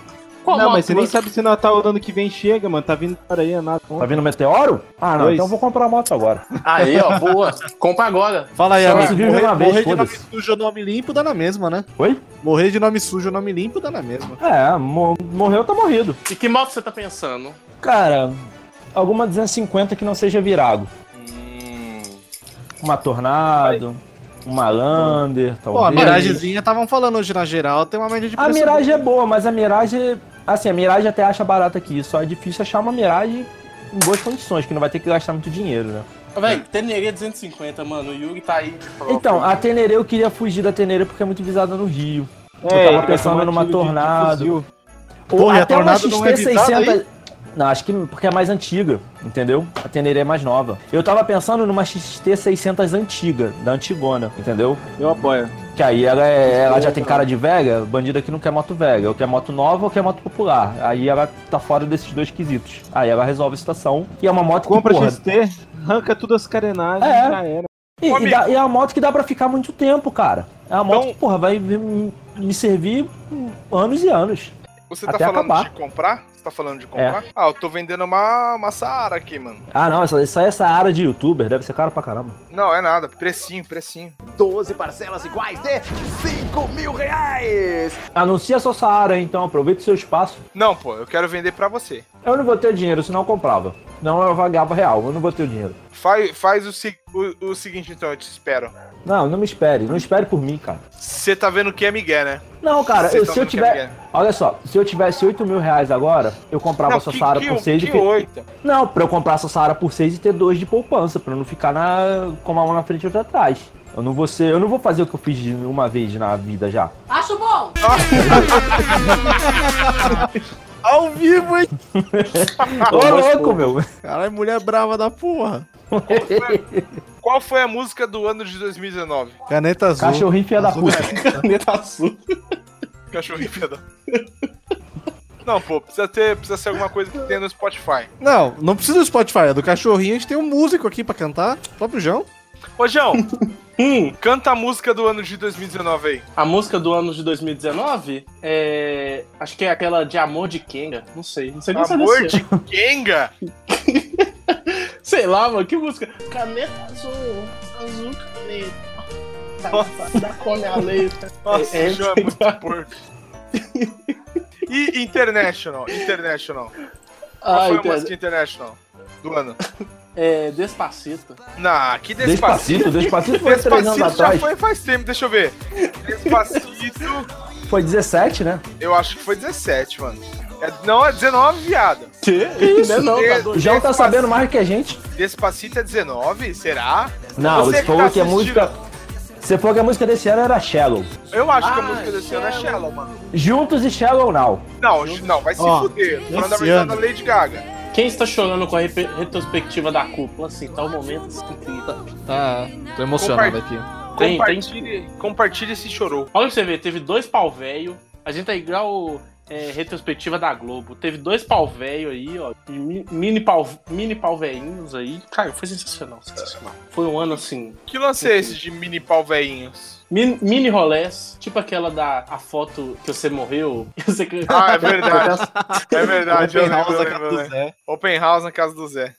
[SPEAKER 1] Qual
[SPEAKER 8] Não,
[SPEAKER 1] moto
[SPEAKER 8] mas você nem
[SPEAKER 1] você-
[SPEAKER 8] sabe se o Natal do ano que vem chega, mano. Tá vindo para aí, nada.
[SPEAKER 3] Tá vindo meteoro? Ah, não.
[SPEAKER 8] Dois.
[SPEAKER 3] Então eu vou comprar a moto agora.
[SPEAKER 1] Aí, ó, boa. Compra
[SPEAKER 2] é.
[SPEAKER 1] agora.
[SPEAKER 7] Fala aí,
[SPEAKER 3] Só
[SPEAKER 7] amigo.
[SPEAKER 3] se vive
[SPEAKER 7] É, Morrer,
[SPEAKER 3] uma vez,
[SPEAKER 7] morrer de nome
[SPEAKER 3] foda-se.
[SPEAKER 7] sujo ou nome limpo dá na mesma, né?
[SPEAKER 3] Oi?
[SPEAKER 7] Morrer de nome sujo ou nome limpo dá na mesma.
[SPEAKER 3] É, mo- morreu, tá morrido.
[SPEAKER 1] E que moto você tá pensando?
[SPEAKER 3] Cara, alguma 250 que não seja virago.
[SPEAKER 7] Hum.
[SPEAKER 3] Uma Tornado, uma Lander,
[SPEAKER 7] Pô, a
[SPEAKER 3] talvez.
[SPEAKER 7] miragezinha estavam falando hoje na geral, tem uma média de
[SPEAKER 3] A Mirage é boa, mas a Mirage. Assim, a Mirage até acha barata aqui, só é difícil achar uma Mirage em boas condições, que não vai ter que gastar muito dinheiro, né?
[SPEAKER 1] Ô, Véi, Tenerê 250, mano. O Yuri tá aí de prova.
[SPEAKER 3] Então, a Tenerê eu queria fugir da Tenerê porque é muito visada no Rio.
[SPEAKER 8] É,
[SPEAKER 3] eu tava
[SPEAKER 8] ele
[SPEAKER 3] pensando
[SPEAKER 8] tomar
[SPEAKER 3] numa
[SPEAKER 8] tiro de- de
[SPEAKER 3] tornado.
[SPEAKER 8] fuzil.
[SPEAKER 3] Ou
[SPEAKER 7] Porra, e a
[SPEAKER 3] até uma
[SPEAKER 7] Tornado não é visada
[SPEAKER 3] XT600.
[SPEAKER 7] aí?
[SPEAKER 3] Não, acho que porque é mais antiga, entendeu? A Tenerê é mais nova. Eu tava pensando numa XT600 antiga, da Antigona, entendeu?
[SPEAKER 8] Eu apoio.
[SPEAKER 3] Que aí ela, é- ela já tem cara de Vega, bandido aqui não quer moto Vega, ou quer moto nova ou quer moto popular. Aí ela tá fora desses dois quesitos. Aí ela resolve a situação. E é uma moto
[SPEAKER 8] Compra
[SPEAKER 3] que, porra,
[SPEAKER 8] XT, arranca tudo as carenagens
[SPEAKER 3] É.
[SPEAKER 8] e já era.
[SPEAKER 3] E,
[SPEAKER 2] Ô,
[SPEAKER 3] e dá- e é uma moto que dá pra ficar muito tempo, cara. É uma moto
[SPEAKER 2] Então-
[SPEAKER 3] que, porra, vai me me servir anos e anos.
[SPEAKER 2] Você tá
[SPEAKER 3] Até
[SPEAKER 2] falando
[SPEAKER 3] acabar.
[SPEAKER 2] de comprar? Você tá falando de comprar? Ah, eu tô vendendo uma, uma Saara aqui, mano.
[SPEAKER 3] Ah, não, essa, essa, essa área de youtuber deve ser caro pra caramba.
[SPEAKER 2] Não, é nada. Precinho, precinho.
[SPEAKER 10] 12 parcelas iguais de 5 mil reais.
[SPEAKER 3] Anuncia sua Saara, então, aproveita o seu espaço.
[SPEAKER 2] Não, pô, eu quero vender pra você.
[SPEAKER 3] Eu não vou ter dinheiro, senão eu comprava. Não, eu vagava real, eu não vou ter o dinheiro.
[SPEAKER 2] Faz, faz o, se- o- o seguinte, então, eu te espero.
[SPEAKER 3] Não, não me espere, não espere por mim, cara.
[SPEAKER 2] Você tá vendo que é Miguel, né?
[SPEAKER 3] Não, cara,
[SPEAKER 2] Vocês
[SPEAKER 3] eu-
[SPEAKER 2] tão
[SPEAKER 3] se eu
[SPEAKER 2] vendo que é
[SPEAKER 3] tiver.
[SPEAKER 2] Miguel.
[SPEAKER 3] Olha só, se eu tivesse 8 mil reais agora, eu comprava
[SPEAKER 2] Não,
[SPEAKER 3] sua
[SPEAKER 2] que-
[SPEAKER 3] Saara
[SPEAKER 2] que-
[SPEAKER 3] por 6
[SPEAKER 2] que
[SPEAKER 3] e. fi-
[SPEAKER 2] oito?
[SPEAKER 3] Não, pra eu comprar essa Saara por 6 e ter 2 de poupança, pra eu não ficar na... com uma mão na frente e outra atrás. Eu não vou ser. Eu não vou fazer o que eu fiz de uma vez na vida já.
[SPEAKER 12] Acho bom.
[SPEAKER 7] Ao vivo, hein?
[SPEAKER 3] Ô, louco, meu.
[SPEAKER 7] Caralho, mulher brava da porra.
[SPEAKER 2] Qual foi a música do ano de 2019?
[SPEAKER 7] Caneta azul.
[SPEAKER 3] Cachorrinho filha da puta.
[SPEAKER 1] Caneta tá azul.
[SPEAKER 2] Cachorrinho pedal. Não, pô, precisa, ter, precisa ser alguma coisa que tenha no Spotify.
[SPEAKER 7] Não, não precisa do Spotify, é do cachorrinho. A gente tem um músico aqui pra cantar. O próprio João.
[SPEAKER 2] Ô, João,
[SPEAKER 1] Hum,
[SPEAKER 2] canta a música do ano de 2019 aí.
[SPEAKER 1] a música do ano de 2019 é. Acho que é aquela de Amor de Kenga. Não sei. Não sei nem saber
[SPEAKER 2] Amor
[SPEAKER 1] se é
[SPEAKER 2] de Kenga?
[SPEAKER 1] Sei lá, mano, que música. Caneta azul. Azul caneta. Ainda come a letra.
[SPEAKER 2] Nossa,
[SPEAKER 1] É,
[SPEAKER 2] o João é muito porco. E International, International. Qual
[SPEAKER 1] Ah,
[SPEAKER 2] foi
[SPEAKER 1] Inter-
[SPEAKER 2] a música International do ano?
[SPEAKER 1] É, Despacito.
[SPEAKER 2] Nah, que Despacito.
[SPEAKER 3] Despacito, Despacito foi três anos
[SPEAKER 2] Despacito já
[SPEAKER 3] atrás.
[SPEAKER 2] foi faz tempo, deixa eu ver. Despacito,
[SPEAKER 3] Foi 17, né?
[SPEAKER 2] eu acho que foi 17, mano. É- não, é 19, viado.
[SPEAKER 1] Que?
[SPEAKER 3] Não, não,
[SPEAKER 2] Des-
[SPEAKER 3] O João tá sabendo mais que a gente.
[SPEAKER 2] Despacito é 19? Será?
[SPEAKER 3] Não,
[SPEAKER 2] Você tá
[SPEAKER 3] você falou que é
[SPEAKER 2] assistindo-
[SPEAKER 3] a música. Você falou que a música desse ano era Shallow.
[SPEAKER 2] Eu acho que a música desse ano é Shallow, mano.
[SPEAKER 3] Juntos e Shallow Now.
[SPEAKER 2] Não, não, vai se
[SPEAKER 3] Ó,
[SPEAKER 2] fuder. Tô Falando da
[SPEAKER 3] esse
[SPEAKER 2] versão da
[SPEAKER 3] ano.
[SPEAKER 2] Lady Gaga.
[SPEAKER 1] Quem está chorando com a re- retrospectiva da cúpula, assim, tá o momento assim, que tá-
[SPEAKER 12] Tá, tô emocionado
[SPEAKER 1] Compar-
[SPEAKER 12] aqui.
[SPEAKER 1] Tem, tem.
[SPEAKER 2] compartilhe, compartilhe esse chorou.
[SPEAKER 1] Olha pra você ver, teve dois pau velho. A gente tá igual é, retrospectiva da Globo. Teve dois pau velho aí, ó. e mi- mini pau, mini pau velhinhos aí. Cara, foi sensacional, sensacional. Foi um ano assim.
[SPEAKER 2] Que lance é esse de mini pau velhinhos?
[SPEAKER 1] Mini, mini rolés, tipo aquela da a foto que você morreu. e Você...
[SPEAKER 2] Ah, é verdade. é verdade.
[SPEAKER 1] Open
[SPEAKER 2] eu
[SPEAKER 1] house
[SPEAKER 2] lembro,
[SPEAKER 1] na
[SPEAKER 2] eu lembro,
[SPEAKER 1] casa do
[SPEAKER 2] né? Open house na casa do Zé.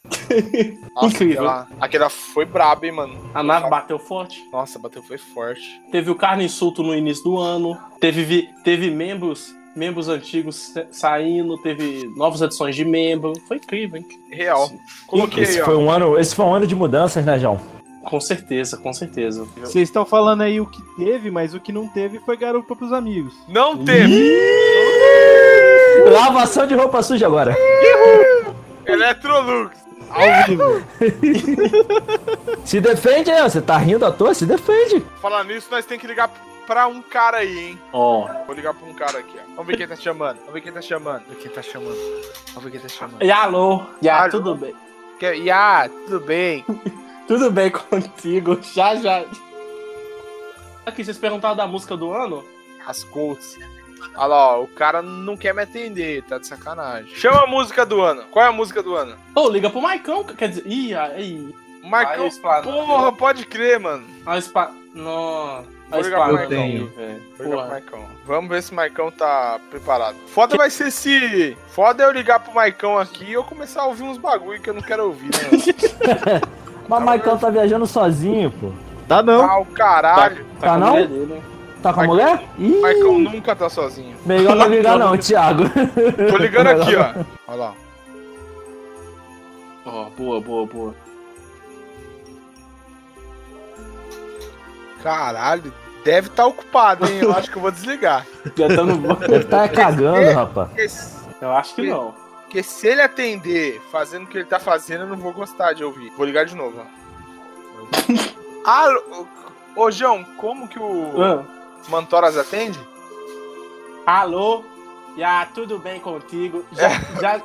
[SPEAKER 2] Nossa,
[SPEAKER 1] Incrível.
[SPEAKER 2] Aquela, aquela foi braba, hein, mano.
[SPEAKER 1] A nave bateu forte.
[SPEAKER 2] Nossa, bateu foi forte.
[SPEAKER 1] Teve o carne insulto no início do ano. Teve, vi- teve membros. Membros antigos sa- saindo, teve novas edições de membro. Foi incrível, hein?
[SPEAKER 2] Real.
[SPEAKER 1] Coloquei
[SPEAKER 3] Esse foi um ano, esse foi um ano de mudanças, né, João?
[SPEAKER 1] Com certeza, com certeza.
[SPEAKER 8] Vocês estão falando aí o que teve, mas o que não teve foi garupa pros amigos.
[SPEAKER 1] um-
[SPEAKER 2] Não teve!
[SPEAKER 3] Lavação de roupa suja agora.
[SPEAKER 2] Electrolux!
[SPEAKER 8] Ao vivo.
[SPEAKER 3] Se defende, né? Você tá rindo à toa? Se defende.
[SPEAKER 2] Falar nisso, nós tem que ligar pra um cara aí, hein?
[SPEAKER 1] Ó.
[SPEAKER 2] Vou ligar pra um cara aqui, ó. Vamos ver quem tá chamando. Vamos ver quem tá chamando. Vamos ver quem tá chamando. Vamos ver quem tá chamando.
[SPEAKER 1] E alô, e a- tudo bem?
[SPEAKER 2] Que- Iá, tudo bem?
[SPEAKER 1] Tudo bem contigo? Já, já. Aqui, vocês perguntaram da música do ano?
[SPEAKER 2] As Colts. Olha lá, ó, o cara não quer me atender, tá de sacanagem. Chama a música do ano. Qual é a música do ano?
[SPEAKER 1] Ô, liga pro Maicão, quer dizer. Ih, aí.
[SPEAKER 2] Marcão, porra, pode crer, mano.
[SPEAKER 1] A spa... Não.
[SPEAKER 2] Vou
[SPEAKER 1] A
[SPEAKER 2] ligar
[SPEAKER 1] espada
[SPEAKER 2] pro Maicon.
[SPEAKER 1] aí, velho.
[SPEAKER 2] Vou ligar pro
[SPEAKER 1] Porra.
[SPEAKER 2] Maicon. Vamos ver se o Maicon tá preparado. Foda vai ser se. Foda é eu ligar pro Maicon aqui e eu começar a ouvir uns bagulho que eu não quero ouvir, né?
[SPEAKER 3] Mas Maicon tá viajando sozinho, pô.
[SPEAKER 8] Tá
[SPEAKER 2] Ah, o caralho.
[SPEAKER 3] Tá, tá não? Tá com a mulher? Ih,
[SPEAKER 2] Maicon nunca tá sozinho.
[SPEAKER 3] melhor não ligar não, Thiago.
[SPEAKER 2] Tô ligando
[SPEAKER 3] Melhor
[SPEAKER 2] aqui, ó.
[SPEAKER 3] não.
[SPEAKER 2] Olha lá.
[SPEAKER 1] Ó, boa, boa, boa.
[SPEAKER 2] Caralho, deve estar ocupado, hein? Eu acho que eu vou desligar.
[SPEAKER 1] Já tá no
[SPEAKER 3] Deve tá
[SPEAKER 2] É.
[SPEAKER 3] cagando, rapaz.
[SPEAKER 2] Porque se-
[SPEAKER 1] Eu acho que não.
[SPEAKER 2] Porque se ele atender fazendo o que ele tá fazendo, eu não vou gostar de ouvir. Vou ligar de novo, ó. Alô, ô, ô, João, como que o
[SPEAKER 1] Ah.
[SPEAKER 2] Mantoras atende?
[SPEAKER 1] Alô, e a tudo bem contigo? Já, já...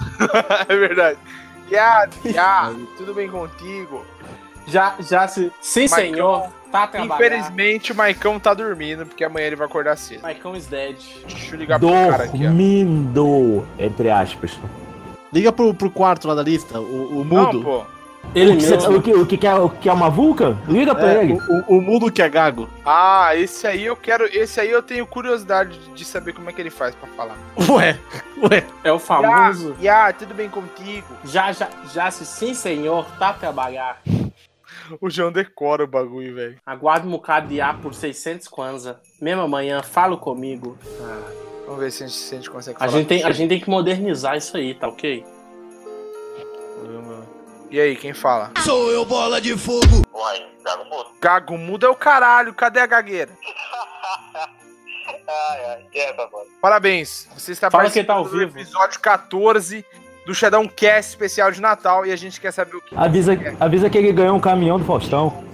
[SPEAKER 2] é verdade. Yá, Yá, tudo bem contigo?
[SPEAKER 1] Já, já se. Sim,
[SPEAKER 2] Maicon,
[SPEAKER 1] senhor. Tá trabalhando.
[SPEAKER 2] Infelizmente, o Maicão tá dormindo, porque amanhã ele vai acordar cedo.
[SPEAKER 1] Maicão is dead.
[SPEAKER 2] Deixa eu ligar pro cara aqui, ó.
[SPEAKER 3] Dormindo, entre aspas.
[SPEAKER 7] Liga pro, pro quarto lá da lista, o, o mudo.
[SPEAKER 2] Não, pô.
[SPEAKER 3] o, que cê- o que, o que quer, o que quer uma vulca? Liga pra
[SPEAKER 7] É,
[SPEAKER 3] ele.
[SPEAKER 7] o, o, o mudo que é gago.
[SPEAKER 2] Ah, esse aí eu quero. Esse aí eu tenho curiosidade de saber como é que ele faz pra falar.
[SPEAKER 7] Ué, ué.
[SPEAKER 1] É o famoso.
[SPEAKER 2] Yá, Yá, tudo bem contigo?
[SPEAKER 1] Já, já, já se. Sim, senhor. Tá trabalhando.
[SPEAKER 2] O João decora o bagulho, velho.
[SPEAKER 1] Aguardo um bocado de ar por 600 Kwanza. Mesmo amanhã, falo comigo.
[SPEAKER 2] Vamos ver se a gente, se a gente consegue
[SPEAKER 1] A
[SPEAKER 2] falar.
[SPEAKER 1] gente, tem, a gente tem que modernizar isso aí, tá ok?
[SPEAKER 2] E aí, quem fala?
[SPEAKER 6] Sou eu, bola de fogo.
[SPEAKER 9] Uai, dá no mudo.
[SPEAKER 2] Gago muda é o caralho, cadê a gagueira?
[SPEAKER 9] Ai, ai, quebra, mano.
[SPEAKER 2] Parabéns, você está
[SPEAKER 1] Fala quem tá ao
[SPEAKER 2] do
[SPEAKER 1] vivo.
[SPEAKER 2] episódio 14 do Shadow Cast especial de Natal e a gente quer saber o que
[SPEAKER 3] Avisa, avisa que ele ganhou um caminhão do Faustão.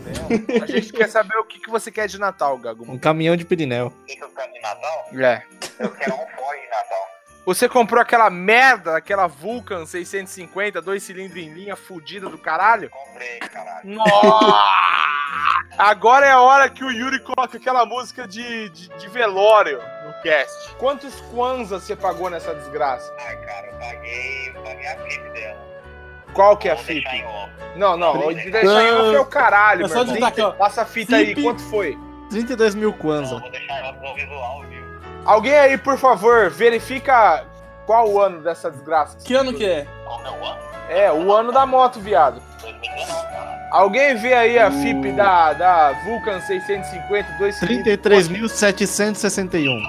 [SPEAKER 2] a gente quer saber o que, que você quer de Natal, Gago.
[SPEAKER 7] Um caminhão de Pirineu.
[SPEAKER 9] O que que eu quero de Natal?
[SPEAKER 2] É.
[SPEAKER 9] Eu quero um fone de Natal.
[SPEAKER 2] Você comprou aquela merda, aquela Vulcan 650, dois cilindros em linha, fudida do caralho?
[SPEAKER 9] Comprei, caralho.
[SPEAKER 2] Nossa! Agora é a hora que o Yuri coloca aquela música de, de, de velório no cast. Quantos Kwanzas você pagou nessa desgraça?
[SPEAKER 9] Ai, cara, eu paguei, paguei a flip dela.
[SPEAKER 2] Qual que é a
[SPEAKER 9] Vou deixar em
[SPEAKER 2] fita?
[SPEAKER 9] off.
[SPEAKER 2] Não, não, o de deixar em off é o caralho,
[SPEAKER 1] É só
[SPEAKER 2] mano.
[SPEAKER 1] digitar aqui, ó.
[SPEAKER 2] Passa a fita aí,
[SPEAKER 1] Flip.
[SPEAKER 2] quanto foi?
[SPEAKER 7] 32 mil
[SPEAKER 9] Não,
[SPEAKER 7] Kwanza.
[SPEAKER 9] vou deixar em off, vou visual, viu?
[SPEAKER 2] Alguém aí, por favor, verifica qual o ano dessa desgraça.
[SPEAKER 1] Que ano que é?
[SPEAKER 9] Qual que é o ano?
[SPEAKER 2] É, o ano da moto, viado.
[SPEAKER 9] 2019, cara.
[SPEAKER 2] Alguém vê aí a FIP da, da Vulcan 650 2
[SPEAKER 7] 33.761.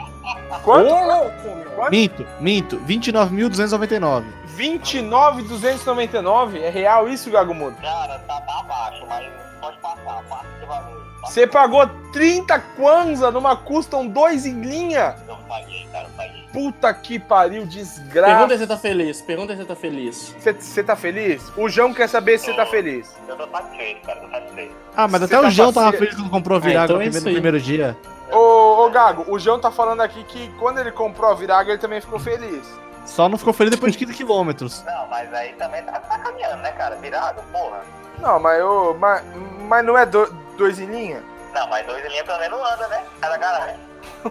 [SPEAKER 2] Quanto?
[SPEAKER 7] Ô,
[SPEAKER 2] Quanto?
[SPEAKER 7] um. Minto, minto. 29.299.
[SPEAKER 2] 29,299? É real isso, Gago Mudo?
[SPEAKER 9] Cara, tá, tá abaixo, mas pode passar. Passa que vai.
[SPEAKER 2] Você pagou 30 Kwanza numa custom 2 em linha?
[SPEAKER 9] Não paguei, cara, paguei.
[SPEAKER 2] Puta que pariu, desgraça.
[SPEAKER 1] Pergunta se você tá feliz, pergunta se você tá feliz.
[SPEAKER 2] Você tá feliz? O João quer saber se você tá feliz.
[SPEAKER 9] Eu tô satisfeito, cara, tô satisfeito.
[SPEAKER 7] Ah, mas
[SPEAKER 2] Você
[SPEAKER 7] até
[SPEAKER 2] tá
[SPEAKER 7] o João tava
[SPEAKER 2] passe-
[SPEAKER 7] feliz quando comprou a
[SPEAKER 2] Ah,
[SPEAKER 7] Virago
[SPEAKER 2] então
[SPEAKER 7] no
[SPEAKER 2] é
[SPEAKER 7] primeiro-
[SPEAKER 2] isso
[SPEAKER 7] no
[SPEAKER 2] aí.
[SPEAKER 7] primeiro dia.
[SPEAKER 2] Ô, ô, Gago, o João tá falando aqui que quando ele comprou a Viraga, ele também ficou feliz.
[SPEAKER 7] Só não ficou feliz depois de 15 quilômetros.
[SPEAKER 9] Não, mas aí também tá, tá caminhando, né, cara? Virado, porra.
[SPEAKER 2] Não, mas, ô, mas, mas não é do- dois em linha?
[SPEAKER 9] Não, mas dois em linha pelo menos anda, né? Cara, caralho.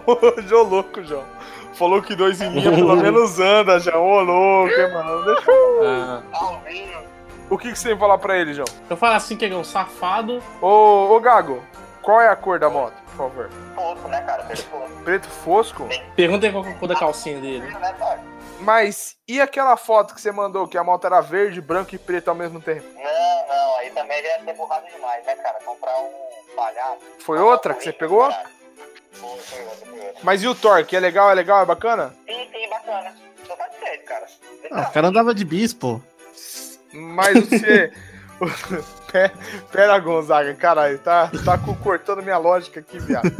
[SPEAKER 2] Ô, João louco, João. Falou que dois em linha pelo menos anda, João. Ô, louco, hein, mano. Deixa eu...
[SPEAKER 9] Ah.
[SPEAKER 2] O que, que você tem pra falar pra ele, João?
[SPEAKER 1] Eu falo assim que ele é um safado.
[SPEAKER 2] Ô, ô, Gago, qual é a cor da moto, por favor?
[SPEAKER 9] Fofo, né, cara? Fofo.
[SPEAKER 2] Preto fosco?
[SPEAKER 1] Pergunta aí qual que é a cor da calcinha dele.
[SPEAKER 2] Mas e aquela foto que você mandou que a moto era verde, branco e preto ao mesmo tempo?
[SPEAKER 9] Não, não, aí também ele ia ser burrado demais, né, cara? Comprar um palhaço.
[SPEAKER 2] Foi outra que você pegou?
[SPEAKER 9] Foi, foi outro, foi outro.
[SPEAKER 2] Mas e o torque? É legal, é legal, é bacana?
[SPEAKER 9] Sim, sim, bacana. Tô satisfeito, cara.
[SPEAKER 7] Ah, o cara andava de bispo.
[SPEAKER 2] Mas você. Pe- Pera, Gonzaga, caralho, tá, tá co- cortando minha lógica aqui, viado.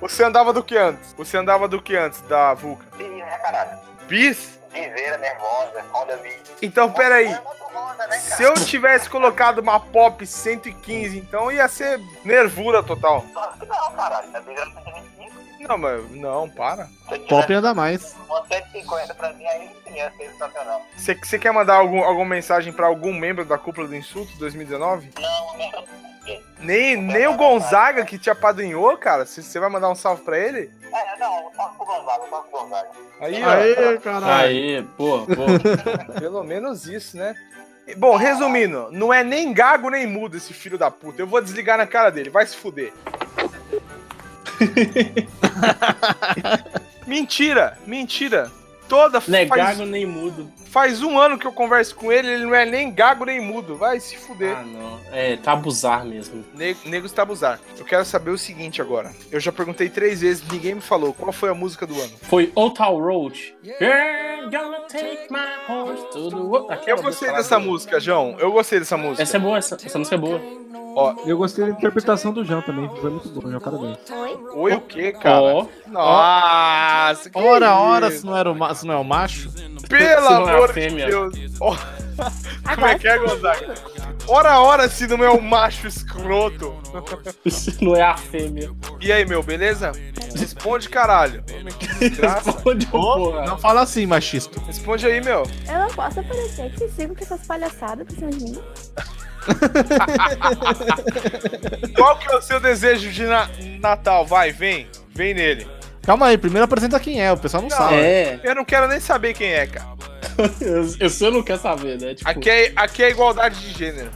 [SPEAKER 2] Você andava do que antes? Você andava do que antes da Vulca?
[SPEAKER 9] Sim, né, caralho?
[SPEAKER 2] Bis?
[SPEAKER 9] Viseira nervosa, roda vi.
[SPEAKER 2] Então, peraí.
[SPEAKER 9] Roda, né, cara?
[SPEAKER 2] Se eu tivesse colocado uma pop 115, então ia ser nervura total.
[SPEAKER 9] Claro que não, caralho. Tá viseira tá
[SPEAKER 2] Não, mas não, para.
[SPEAKER 7] Pop anda mais.
[SPEAKER 9] com 150 pra mim, aí sim, ia ser sensacional.
[SPEAKER 2] Você você quer mandar algum, alguma mensagem pra algum membro da cúpula do Insulto 2019?
[SPEAKER 9] Não, não.
[SPEAKER 2] Nem, nem o Gonzaga que te apadrinhou, cara. Você você vai mandar um salve pra ele?
[SPEAKER 9] É, não, só pro Gonzaga, só pro Gonzaga.
[SPEAKER 2] Aí,
[SPEAKER 9] Aê,
[SPEAKER 2] ó.
[SPEAKER 9] caralho.
[SPEAKER 1] Aê, boa, boa.
[SPEAKER 2] Pelo menos isso, né? E, Bom, resumindo, não é nem gago nem mudo esse filho da puta. Eu vou desligar na cara dele, vai se fuder. mentira, mentira. Toda
[SPEAKER 1] Não é gago nem mudo.
[SPEAKER 2] Faz um ano que eu converso com ele, ele não é nem gago nem mudo. Vai se fuder.
[SPEAKER 1] Ah, não. É, tá abusar mesmo.
[SPEAKER 2] Ne- Nego está abusar. Eu quero saber o seguinte agora. Eu já perguntei três vezes, ninguém me falou. Qual foi a música do ano?
[SPEAKER 1] Foi Old Town Road. You're gonna take my horse to the wo- é Aquela
[SPEAKER 2] Eu gostei
[SPEAKER 1] música
[SPEAKER 2] dessa
[SPEAKER 1] lá.
[SPEAKER 2] música, João. Eu gostei dessa música.
[SPEAKER 1] Essa é boa, essa, essa música é boa.
[SPEAKER 2] Ó,
[SPEAKER 8] Eu gostei da interpretação do João também, foi muito bom, João, parabéns.
[SPEAKER 2] Oi, o que, cara?
[SPEAKER 1] Ó.
[SPEAKER 2] Nossa, que
[SPEAKER 7] Ora,
[SPEAKER 2] isso.
[SPEAKER 7] ora, se não, era o ma- se não é o macho.
[SPEAKER 2] Pelo
[SPEAKER 7] Se não é a
[SPEAKER 2] amor de
[SPEAKER 7] fêmea.
[SPEAKER 2] Deus. Ó, Como é que é, Gonzaga? Ora, ora, se não é um macho escroto.
[SPEAKER 1] Isso não é a fêmea.
[SPEAKER 2] E aí, meu, beleza? Responde, caralho. Que desgraça.
[SPEAKER 7] Não fala assim, machista.
[SPEAKER 2] Responde aí, meu.
[SPEAKER 13] Eu não posso aparecer aqui, sigo com essas palhaçadas pra cima de mim.
[SPEAKER 2] Qual que é o seu desejo de na- Natal? Vai, vem. Vem nele.
[SPEAKER 7] Calma aí, primeiro apresenta quem é, o pessoal não, sabe.
[SPEAKER 2] Eu não quero nem saber quem é, cara.
[SPEAKER 1] Eu sei, não quer saber, né? Tipo,
[SPEAKER 2] Aqui é, aqui é igualdade de gênero.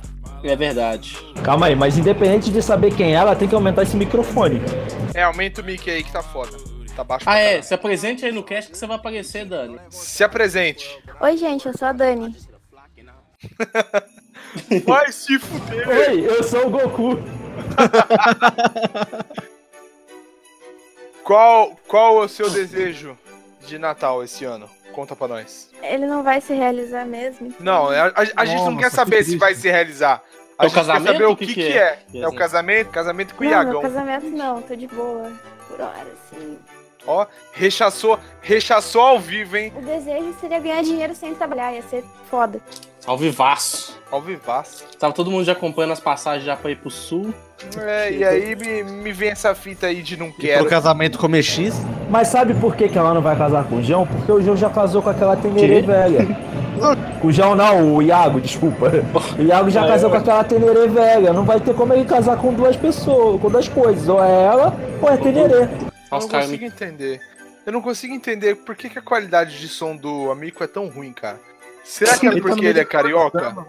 [SPEAKER 1] é verdade.
[SPEAKER 3] Calma aí, mas independente de saber quem é, ela tem que aumentar esse microfone.
[SPEAKER 2] É, aumenta o mic aí que tá foda. Tá baixo.
[SPEAKER 1] Ah, é, se apresente aí no cast que você vai aparecer, Dani.
[SPEAKER 2] Se apresente.
[SPEAKER 13] Oi, gente, eu sou a Dani.
[SPEAKER 2] Vai se fuder.
[SPEAKER 3] Oi, eu sou o Goku.
[SPEAKER 2] Qual, qual é o seu desejo de Natal esse ano? Conta pra nós.
[SPEAKER 13] Ele não vai se realizar mesmo?
[SPEAKER 2] Não, é a, a- a gente não
[SPEAKER 13] Nossa,
[SPEAKER 2] quer
[SPEAKER 13] que
[SPEAKER 2] saber se vai se realizar. A
[SPEAKER 1] É o
[SPEAKER 2] gente quer
[SPEAKER 1] casamento?
[SPEAKER 2] saber o
[SPEAKER 1] O
[SPEAKER 2] que,
[SPEAKER 1] que
[SPEAKER 2] que,
[SPEAKER 1] que é?
[SPEAKER 2] é. É o casamento? Casamento com o
[SPEAKER 13] não, é meu
[SPEAKER 2] Iagão.
[SPEAKER 13] casamento não, tô de boa. Por hora, assim.
[SPEAKER 2] Ó, rechaçou, rechaçou ao vivo, hein?
[SPEAKER 13] O desejo seria ganhar dinheiro sem trabalhar, ia ser foda.
[SPEAKER 1] Ao vivaço.
[SPEAKER 2] Ao vivaço.
[SPEAKER 1] Tava todo mundo já acompanhando as passagens já pra ir pro sul.
[SPEAKER 2] É, e aí me, me vem essa fita aí de não quero.
[SPEAKER 7] Pro casamento comer X.
[SPEAKER 3] Mas sabe por que, que ela não vai casar com o João? Porque o João já casou com aquela tenerê
[SPEAKER 7] Quê?
[SPEAKER 3] velha. Com o João não, o Iago, desculpa. O Iago já
[SPEAKER 7] Ah,
[SPEAKER 3] casou
[SPEAKER 7] eu-
[SPEAKER 3] com aquela tenerê velha. Não vai ter como ele casar com duas pessoas, com duas coisas. Ou é ela, ou é a tenerê.
[SPEAKER 2] Eu não consigo entender. Eu não consigo entender por que, que a qualidade de som do amigo é tão ruim, cara. Será que é
[SPEAKER 3] Ele tá no
[SPEAKER 2] porque
[SPEAKER 3] meio
[SPEAKER 2] ele é
[SPEAKER 3] do
[SPEAKER 2] carioca?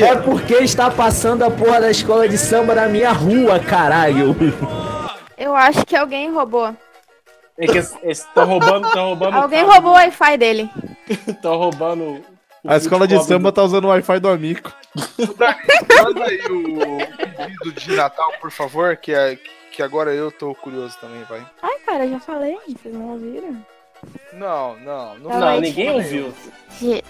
[SPEAKER 3] É porque está passando a porra da escola de samba na minha rua, caralho.
[SPEAKER 13] Eu acho que alguém roubou.
[SPEAKER 1] É que eles estão roubando, estão roubando.
[SPEAKER 13] alguém roubou o Wi-Fi dele.
[SPEAKER 1] Estão roubando o
[SPEAKER 7] A escola de samba tá usando o Wi-Fi do amigo.
[SPEAKER 2] Manda aí o pedido de Natal, por favor, que, é, que agora eu tô curioso também, vai.
[SPEAKER 13] Ai, cara, eu já falei, vocês não ouviram?
[SPEAKER 2] Não, não, não.
[SPEAKER 13] Não,
[SPEAKER 2] vai.
[SPEAKER 1] ninguém ouviu.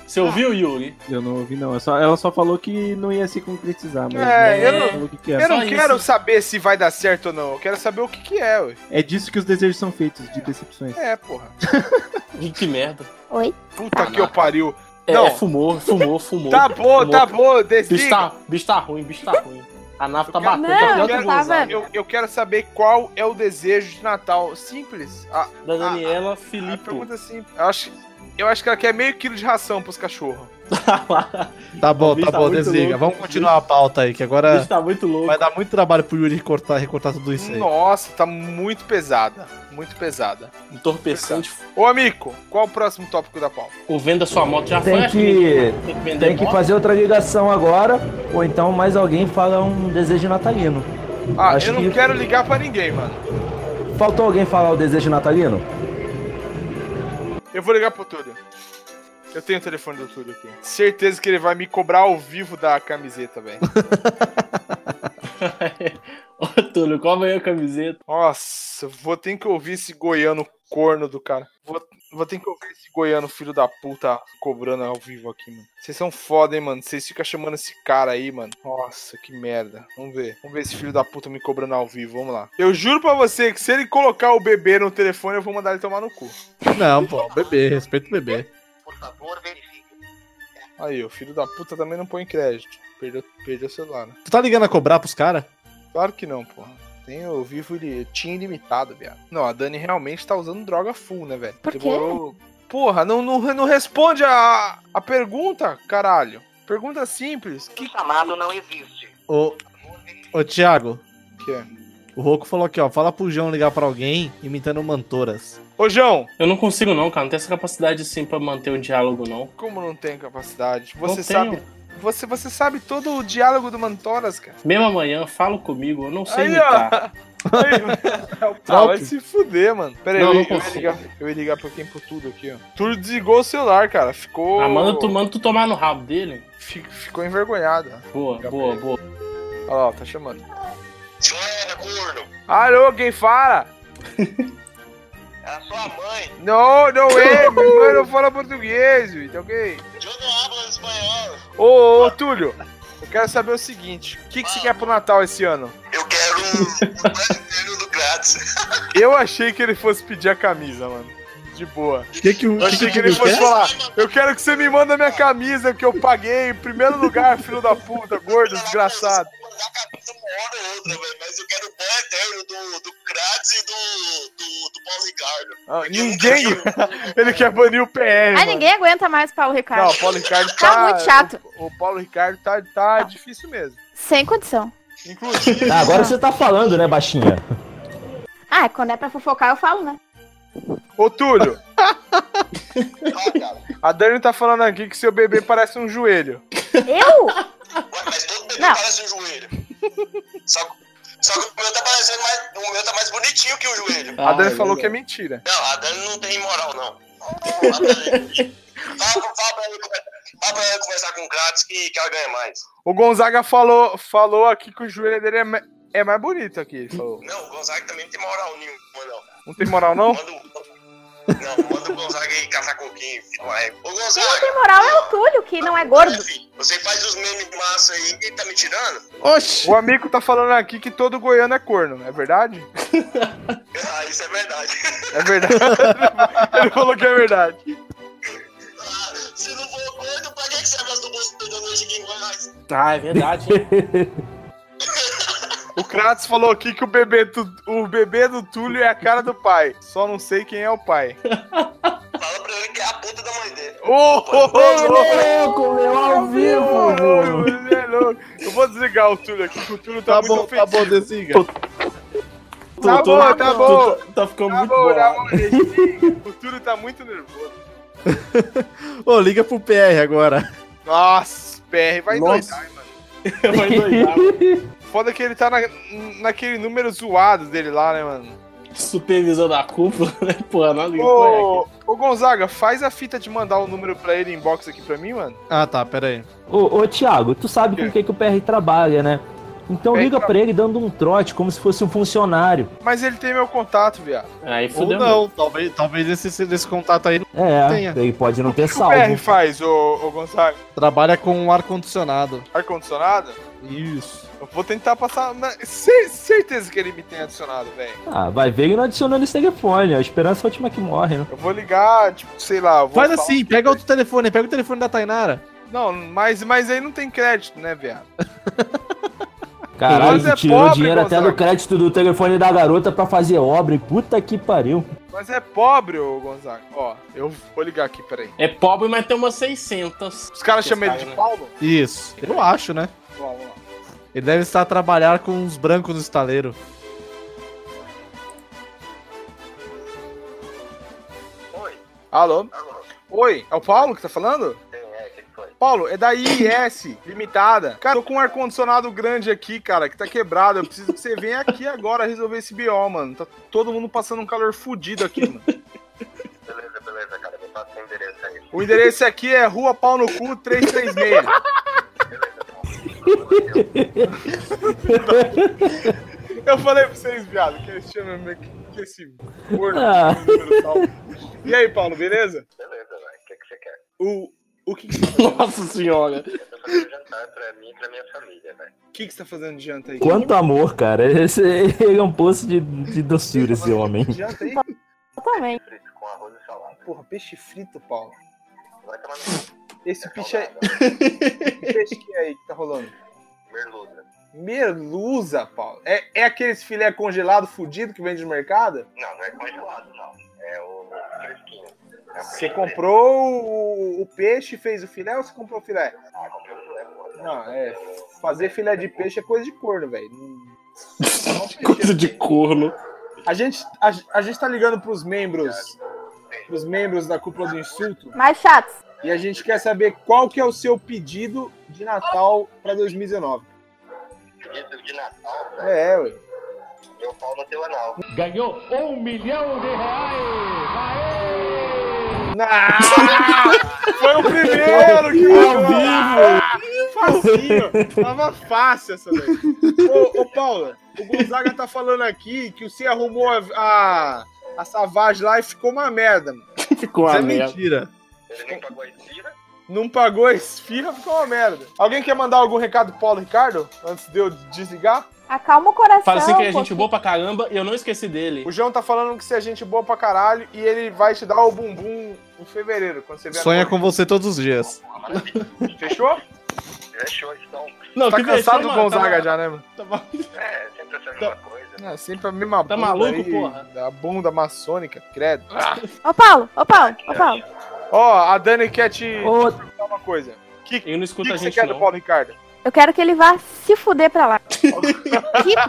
[SPEAKER 1] Você ouviu, Yuri?
[SPEAKER 8] Eu não ouvi, não. É só- ela só falou que não ia se concretizar, mas
[SPEAKER 2] É, eu
[SPEAKER 8] ela
[SPEAKER 2] não,
[SPEAKER 8] falou o que que é.
[SPEAKER 2] eu não quero saber se vai dar certo ou não. Eu quero saber o que, que é, ué.
[SPEAKER 8] É disso que os desejos são feitos, de decepções.
[SPEAKER 2] É, porra.
[SPEAKER 1] que merda.
[SPEAKER 13] Oi?
[SPEAKER 2] Puta que eu pariu.
[SPEAKER 1] É,
[SPEAKER 2] Não.
[SPEAKER 1] fumou, fumou, fumou.
[SPEAKER 2] Tá bom,
[SPEAKER 1] fumou.
[SPEAKER 2] tá bom, desliga.
[SPEAKER 1] Bicho tá, bicho tá ruim, bicho tá ruim. A nave tá batendo,
[SPEAKER 2] eu,
[SPEAKER 1] tá
[SPEAKER 2] quero,
[SPEAKER 1] pior que
[SPEAKER 2] eu, eu quero saber qual é o desejo de Natal. Simples. A,
[SPEAKER 1] Da Daniela Filipe.
[SPEAKER 2] pergunta é simples. Eu acho, eu acho que ela quer meio quilo de ração pros cachorros.
[SPEAKER 7] Tá bom, tá
[SPEAKER 1] bicho tá
[SPEAKER 7] bom,
[SPEAKER 1] muito
[SPEAKER 7] desliga.
[SPEAKER 1] louco.
[SPEAKER 7] Vamos continuar a pauta aí, que
[SPEAKER 2] É.
[SPEAKER 1] O
[SPEAKER 7] agora
[SPEAKER 1] bicho tá muito louco.
[SPEAKER 7] vai dar muito trabalho pro Yuri cortar, recortar tudo isso aí.
[SPEAKER 2] Nossa, tá muito pesada. Muito pesada.
[SPEAKER 1] Entorpecente.
[SPEAKER 2] Ô, amigo, qual o próximo tópico da pauta?
[SPEAKER 1] O venda sua moto já foi,
[SPEAKER 3] Tem
[SPEAKER 1] acho que
[SPEAKER 3] que,
[SPEAKER 1] tem que vender
[SPEAKER 3] tem que
[SPEAKER 1] moto.
[SPEAKER 3] fazer outra ligação agora, ou então mais alguém fala um desejo natalino.
[SPEAKER 2] Ah,
[SPEAKER 3] Acho
[SPEAKER 2] eu não
[SPEAKER 3] que-
[SPEAKER 2] quero ligar pra ninguém, mano.
[SPEAKER 3] Faltou alguém falar o desejo natalino?
[SPEAKER 2] Eu vou ligar pro Túlio. Eu tenho o telefone do Túlio aqui. Certeza que ele vai me cobrar ao vivo da camiseta, velho.
[SPEAKER 1] Ô, Túlio, qual vai a camiseta?
[SPEAKER 2] Nossa, vou ter que ouvir esse goiano corno do cara. Vou, vou ter que ouvir esse goiano filho da puta cobrando ao vivo aqui, mano. Vocês são foda, hein, mano. Vocês ficam chamando esse cara aí, mano. Nossa, que merda. Vamos ver. Vamos ver esse filho da puta me cobrando ao vivo. Vamos lá. Eu juro pra você que se ele colocar o bebê no telefone, eu vou mandar ele tomar no cu.
[SPEAKER 7] Não, pô, bebê, respeita o bebê.
[SPEAKER 2] Aí, o filho da puta também não põe crédito. Perdeu, perdeu o celular, né?
[SPEAKER 7] Tu tá ligando a cobrar pros caras?
[SPEAKER 2] Claro que não, porra. Tem o vivo ele tinha ilimitado, viado. Não, a Dani realmente tá usando droga full, né, velho? Por
[SPEAKER 13] quê?
[SPEAKER 2] Porra, não, não, não responde a, a pergunta, caralho. Pergunta simples. Que
[SPEAKER 9] chamado não existe.
[SPEAKER 7] Ô, ô Thiago,
[SPEAKER 2] que é?
[SPEAKER 7] o Roco falou aqui, ó. Fala pro João ligar pra alguém imitando mantoras.
[SPEAKER 2] Ô, João!
[SPEAKER 1] Eu não consigo não, cara. Não tem essa capacidade assim pra manter um diálogo, não.
[SPEAKER 2] Como não tem capacidade?
[SPEAKER 1] Não
[SPEAKER 2] Você
[SPEAKER 1] tenho.
[SPEAKER 2] sabe. Você, você sabe todo o diálogo do Mantoras, cara.
[SPEAKER 1] Mesmo amanhã, falo comigo, eu não sei
[SPEAKER 2] Aí,
[SPEAKER 1] imitar.
[SPEAKER 2] ó. Aí, ah, vai se fuder, mano. Pera aí,
[SPEAKER 1] Não,
[SPEAKER 2] eu,
[SPEAKER 1] não
[SPEAKER 2] eu ia
[SPEAKER 1] consigo.
[SPEAKER 2] ligar, eu ia ligar pra quem por tudo aqui, ó. Tudo desligou o celular, cara. Ficou.
[SPEAKER 1] Ah, manda tu, manda tu tomar no rabo dele.
[SPEAKER 2] fi- Ficou envergonhado. ó.
[SPEAKER 1] Boa, boa, boa.
[SPEAKER 2] Olha lá, ó, tá chamando. Alô, quem fala?
[SPEAKER 9] É a sua mãe.
[SPEAKER 2] Não, não é, minha mãe não fala português, então ok?
[SPEAKER 9] Eu não hablo espanhol.
[SPEAKER 2] Ô, ô, Túlio, eu quero saber o seguinte, o que, que você quer pro Natal esse ano?
[SPEAKER 9] Eu quero um brasileiro do grátis.
[SPEAKER 2] Eu achei que ele fosse pedir a camisa, mano, de boa.
[SPEAKER 7] Que que o
[SPEAKER 2] Eu achei que ele fosse falar, eu quero que você me manda minha camisa que eu paguei em primeiro lugar, filho da puta, gordo, desgraçado.
[SPEAKER 9] Outra, velho, mas eu quero o bom eterno do, do grátis e do, do, do Paulo Ricardo.
[SPEAKER 2] Ah, ninguém, ele quer banir o PL,
[SPEAKER 13] Ai,
[SPEAKER 2] mano.
[SPEAKER 13] ninguém aguenta mais Paulo Ricardo.
[SPEAKER 2] Não, o Paulo Ricardo tá...
[SPEAKER 13] Tá muito chato.
[SPEAKER 2] O, o Paulo Ricardo tá, tá difícil mesmo.
[SPEAKER 13] Sem condição.
[SPEAKER 2] Inclusive...
[SPEAKER 3] Ah, agora você tá falando, né, baixinha?
[SPEAKER 13] Ah, quando é pra fofocar, eu falo, né?
[SPEAKER 2] Ô, Túlio! A Dani tá falando aqui que seu bebê parece um joelho.
[SPEAKER 13] Eu?
[SPEAKER 9] Ele
[SPEAKER 13] Não.
[SPEAKER 9] parece um joelho. Só, só que o meu tá parecendo mais. O meu tá mais bonitinho que o joelho.
[SPEAKER 1] Ah,
[SPEAKER 2] a Dani falou que é mentira.
[SPEAKER 9] Não, a Dani não tem moral, não. Fala pra ele. Fala- fala pra ele conver- fala pra ela conversar com o Grátis que, que ela ganha mais.
[SPEAKER 2] O Gonzaga falou, falou aqui que o joelho dele é, ma- é mais bonito aqui. Ele falou.
[SPEAKER 9] Não, o Gonzaga também não tem moral nenhuma, não.
[SPEAKER 2] Não tem moral, não?
[SPEAKER 9] Manda o, não, manda o Gonzaga ir caçar coquinho, filho. Vai. Ô,
[SPEAKER 13] Quem não
[SPEAKER 9] Gonzaga,
[SPEAKER 13] tem moral é o Túlio, que não é gordo.
[SPEAKER 9] você faz os memes massa aí e tá me tirando?
[SPEAKER 2] O amigo tá falando aqui que todo goiano é corno. É verdade?
[SPEAKER 9] Ah, isso é verdade.
[SPEAKER 2] É verdade. Ele falou que é verdade.
[SPEAKER 9] Ah, Se não for gordo, pra que que você gosta do Bolsonaro hoje que mais?
[SPEAKER 1] Ah, é verdade.
[SPEAKER 2] O Kratos falou aqui que o bebê, do, o bebê do Túlio é a cara do pai. Só não sei quem é o pai.
[SPEAKER 9] Fala pra ele que é a puta da mãe dele.
[SPEAKER 2] Ô, ô, ô, ô.
[SPEAKER 3] louco, meu, ao vivo!
[SPEAKER 2] Ele é louco. Eu vou desligar o Túlio aqui, porque o Túlio tá,
[SPEAKER 7] Tá
[SPEAKER 2] muito
[SPEAKER 7] bom, tá
[SPEAKER 2] ofensivo.
[SPEAKER 7] bom, desliga.
[SPEAKER 2] Tá
[SPEAKER 1] tô-
[SPEAKER 2] bom, tá
[SPEAKER 1] tô-
[SPEAKER 2] bom.
[SPEAKER 1] tô- Tá ficando
[SPEAKER 2] Tá
[SPEAKER 1] muito
[SPEAKER 2] bom, tá
[SPEAKER 1] bom.
[SPEAKER 2] bom, gente. O Túlio tá muito nervoso.
[SPEAKER 7] Ô, liga pro PR agora.
[SPEAKER 2] Nossa, PR vai
[SPEAKER 1] Nossa.
[SPEAKER 2] doidar, hein, mano.
[SPEAKER 1] Vai doidar, mano.
[SPEAKER 2] Foda que ele tá na- naquele número zoado dele lá, né, mano?
[SPEAKER 1] supervisando a cúpula, né? Porra, não ninguém conhece.
[SPEAKER 2] Ô, ô Gonzaga, faz a fita de mandar o número pra ele em box aqui pra mim, mano.
[SPEAKER 3] Ah, tá, pera aí. Ô, ô Thiago, tu sabe com o que, que o PR trabalha, né? Então liga pra ele dando um trote, como se fosse um funcionário.
[SPEAKER 2] Mas ele tem meu contato, viado.
[SPEAKER 1] Aí
[SPEAKER 2] fudeu
[SPEAKER 7] Ou não, talvez, talvez esse, esse contato aí não
[SPEAKER 3] É,
[SPEAKER 7] tenha.
[SPEAKER 3] ele pode não ter
[SPEAKER 2] O que o PR
[SPEAKER 3] salvo.
[SPEAKER 2] faz, ô, ô Gonzaga?
[SPEAKER 7] Trabalha com ar-condicionado.
[SPEAKER 2] Ar-condicionado?
[SPEAKER 7] Isso.
[SPEAKER 2] Eu vou tentar passar. Na... Cer- Certeza que ele me tem adicionado, velho.
[SPEAKER 3] Ah, vai ver ele não adicionou nesse telefone. A esperança é a última que morre, né?
[SPEAKER 2] Eu vou ligar, tipo, sei lá. eu Vou
[SPEAKER 7] Faz
[SPEAKER 2] falar-
[SPEAKER 7] assim, pega outro telefone, pega o telefone da Tainara.
[SPEAKER 2] Não, mas, mas aí não tem crédito, né, viado?
[SPEAKER 3] Caralho,
[SPEAKER 2] Mas é
[SPEAKER 3] tu tirou
[SPEAKER 2] pobre,
[SPEAKER 3] dinheiro até
[SPEAKER 2] Gonzaga.
[SPEAKER 3] do crédito do telefone da garota pra fazer obra. e Puta que pariu.
[SPEAKER 2] Mas é pobre, ô Gonzaga. Ó, eu vou ligar aqui, peraí.
[SPEAKER 1] É pobre, mas tem umas 600.
[SPEAKER 2] Os caras chamam ele de
[SPEAKER 1] né?
[SPEAKER 2] Paulo?
[SPEAKER 7] Isso. Eu acho, né?
[SPEAKER 2] Ó, vamos lá.
[SPEAKER 7] Ele deve estar a trabalhar com uns brancos no estaleiro.
[SPEAKER 2] Alô? Oi, é o Paulo que tá falando? Paulo, é da IES Limitada. Cara, tô com um ar-condicionado grande aqui, cara, que tá quebrado. Eu preciso que você venha aqui agora resolver esse BO, mano. Tá todo mundo passando um calor fudido aqui, mano.
[SPEAKER 9] Beleza, beleza, cara. Me passa o endereço aí.
[SPEAKER 2] O endereço aqui é Rua Pau no Cu 336. Eu falei pra vocês, viado, que esse chama que esse gordo.
[SPEAKER 3] Ah.
[SPEAKER 2] E aí, Paulo, beleza?
[SPEAKER 9] Beleza, velho. O que, que você quer?
[SPEAKER 2] O, o que, que
[SPEAKER 1] Nossa senhora.
[SPEAKER 9] Tá pra mim e pra minha família, velho.
[SPEAKER 2] O que, que você tá fazendo de janta aí?
[SPEAKER 3] Quanto amor, cara. Esse, ele é um poço de, de doçura, esse homem.
[SPEAKER 2] Janta aí?
[SPEAKER 13] Totalmente.
[SPEAKER 9] Com arroz e salada.
[SPEAKER 2] Porra, peixe frito, Paulo.
[SPEAKER 9] Vai tomar no é
[SPEAKER 2] Esse peixe aí. Que peixe que é aí que tá rolando?
[SPEAKER 9] merluza.
[SPEAKER 2] Merluza, Paulo. É, é aqueles filé congelado fudido que vende no mercado?
[SPEAKER 9] Não, não é congelado, não. É o fresquinho. É o
[SPEAKER 2] Você
[SPEAKER 9] fresquinho.
[SPEAKER 2] comprou o, o peixe e fez o filé ou você comprou o filé?
[SPEAKER 9] Ah, comprei o filé, pô.
[SPEAKER 2] Não, é. Fazer filé de peixe é coisa de corno, velho. Não- é um
[SPEAKER 1] Coisa de corno.
[SPEAKER 2] A gente, a, a gente tá ligando pros membros. Pros membros da cúpula do insulto.
[SPEAKER 13] Mais chatos.
[SPEAKER 2] E a gente quer saber qual que é o seu pedido de Natal pra 2019.
[SPEAKER 9] Pedido de Natal, velho.
[SPEAKER 2] É, ué.
[SPEAKER 9] Meu pau no teu anal.
[SPEAKER 2] Ganhou um milhão de reais! Foi o primeiro que
[SPEAKER 3] Ao
[SPEAKER 2] ganhou.
[SPEAKER 3] vivo.
[SPEAKER 2] Facinho! Tava fácil essa daí. Ô, ô Paula, o Gonzaga tá falando aqui que você arrumou a, a, a Savage lá e ficou uma merda, mano.
[SPEAKER 1] Ficou
[SPEAKER 2] Isso
[SPEAKER 1] uma
[SPEAKER 2] é
[SPEAKER 1] merda.
[SPEAKER 2] mentira.
[SPEAKER 9] Ele nem pagou a esfira.
[SPEAKER 2] Não pagou a esfirra, ficou uma merda. Alguém quer mandar algum recado pro Paulo Ricardo? Antes de eu desligar?
[SPEAKER 13] Acalma o coração.
[SPEAKER 1] Fala assim que ele é gente
[SPEAKER 13] pô.
[SPEAKER 1] boa pra caramba e eu não esqueci dele.
[SPEAKER 2] O João tá falando que você é gente boa pra caralho e ele vai te dar o bumbum em fevereiro, quando você vier.
[SPEAKER 7] Sonha
[SPEAKER 2] no-
[SPEAKER 7] com você todos os dias.
[SPEAKER 2] Fechou?
[SPEAKER 9] Fechou, então.
[SPEAKER 1] Não,
[SPEAKER 2] tá
[SPEAKER 1] que
[SPEAKER 2] cansado
[SPEAKER 1] fechou,
[SPEAKER 2] do
[SPEAKER 1] mano,
[SPEAKER 2] Gonzaga
[SPEAKER 1] tá-
[SPEAKER 2] já, né, mano?
[SPEAKER 9] É, sempre essa mesma coisa.
[SPEAKER 2] É, sempre a mesma
[SPEAKER 1] Tá maluco,
[SPEAKER 2] aí,
[SPEAKER 1] porra?
[SPEAKER 2] A bunda maçônica, credo.
[SPEAKER 13] Ô, Paulo, ô, Paulo, ô, Paulo.
[SPEAKER 2] Ó, a Dani quer te
[SPEAKER 7] Ah,
[SPEAKER 3] Ô,
[SPEAKER 2] perguntar uma coisa. O que,
[SPEAKER 1] Ele não
[SPEAKER 2] que,
[SPEAKER 1] escuta
[SPEAKER 2] que
[SPEAKER 1] a
[SPEAKER 2] você
[SPEAKER 1] gente,
[SPEAKER 2] quer do
[SPEAKER 1] não.
[SPEAKER 2] Paulo Ricardo?
[SPEAKER 13] Eu quero que ele vá se fuder pra lá. que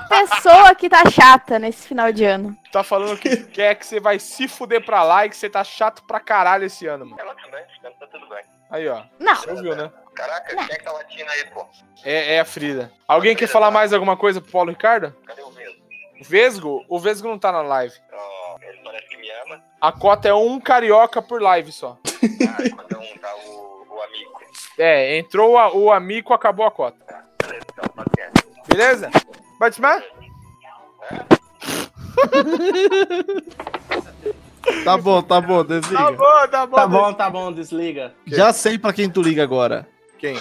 [SPEAKER 13] pessoa que tá chata nesse final de ano.
[SPEAKER 2] Tá falando que quer que você vai se fuder pra lá e que você tá chato pra caralho esse ano, mano.
[SPEAKER 9] Ela também, tá tudo bem.
[SPEAKER 2] Aí, ó.
[SPEAKER 13] Não.
[SPEAKER 2] Você ouviu, né?
[SPEAKER 9] Caraca, quem é que tá latindo aí, pô?
[SPEAKER 2] É, é a Frida. Alguém quer falar mais alguma coisa pro Paulo Ricardo?
[SPEAKER 9] Cadê o Vino?
[SPEAKER 2] Vesgo? O Vesgo não tá na live.
[SPEAKER 9] Ó, ele parece que me ama.
[SPEAKER 2] A cota é um carioca por live só.
[SPEAKER 9] Ah, quando um tá o, o amigo.
[SPEAKER 2] É, entrou a- o amigo, acabou a cota.
[SPEAKER 9] Beleza, então, paciência.
[SPEAKER 2] Beleza? Batman?
[SPEAKER 7] Tá bom, tá bom, desliga.
[SPEAKER 2] Tá bom, tá bom.
[SPEAKER 1] Tá bom, tá bom, desliga.
[SPEAKER 7] Já sei pra quem tu liga agora.
[SPEAKER 2] Quem?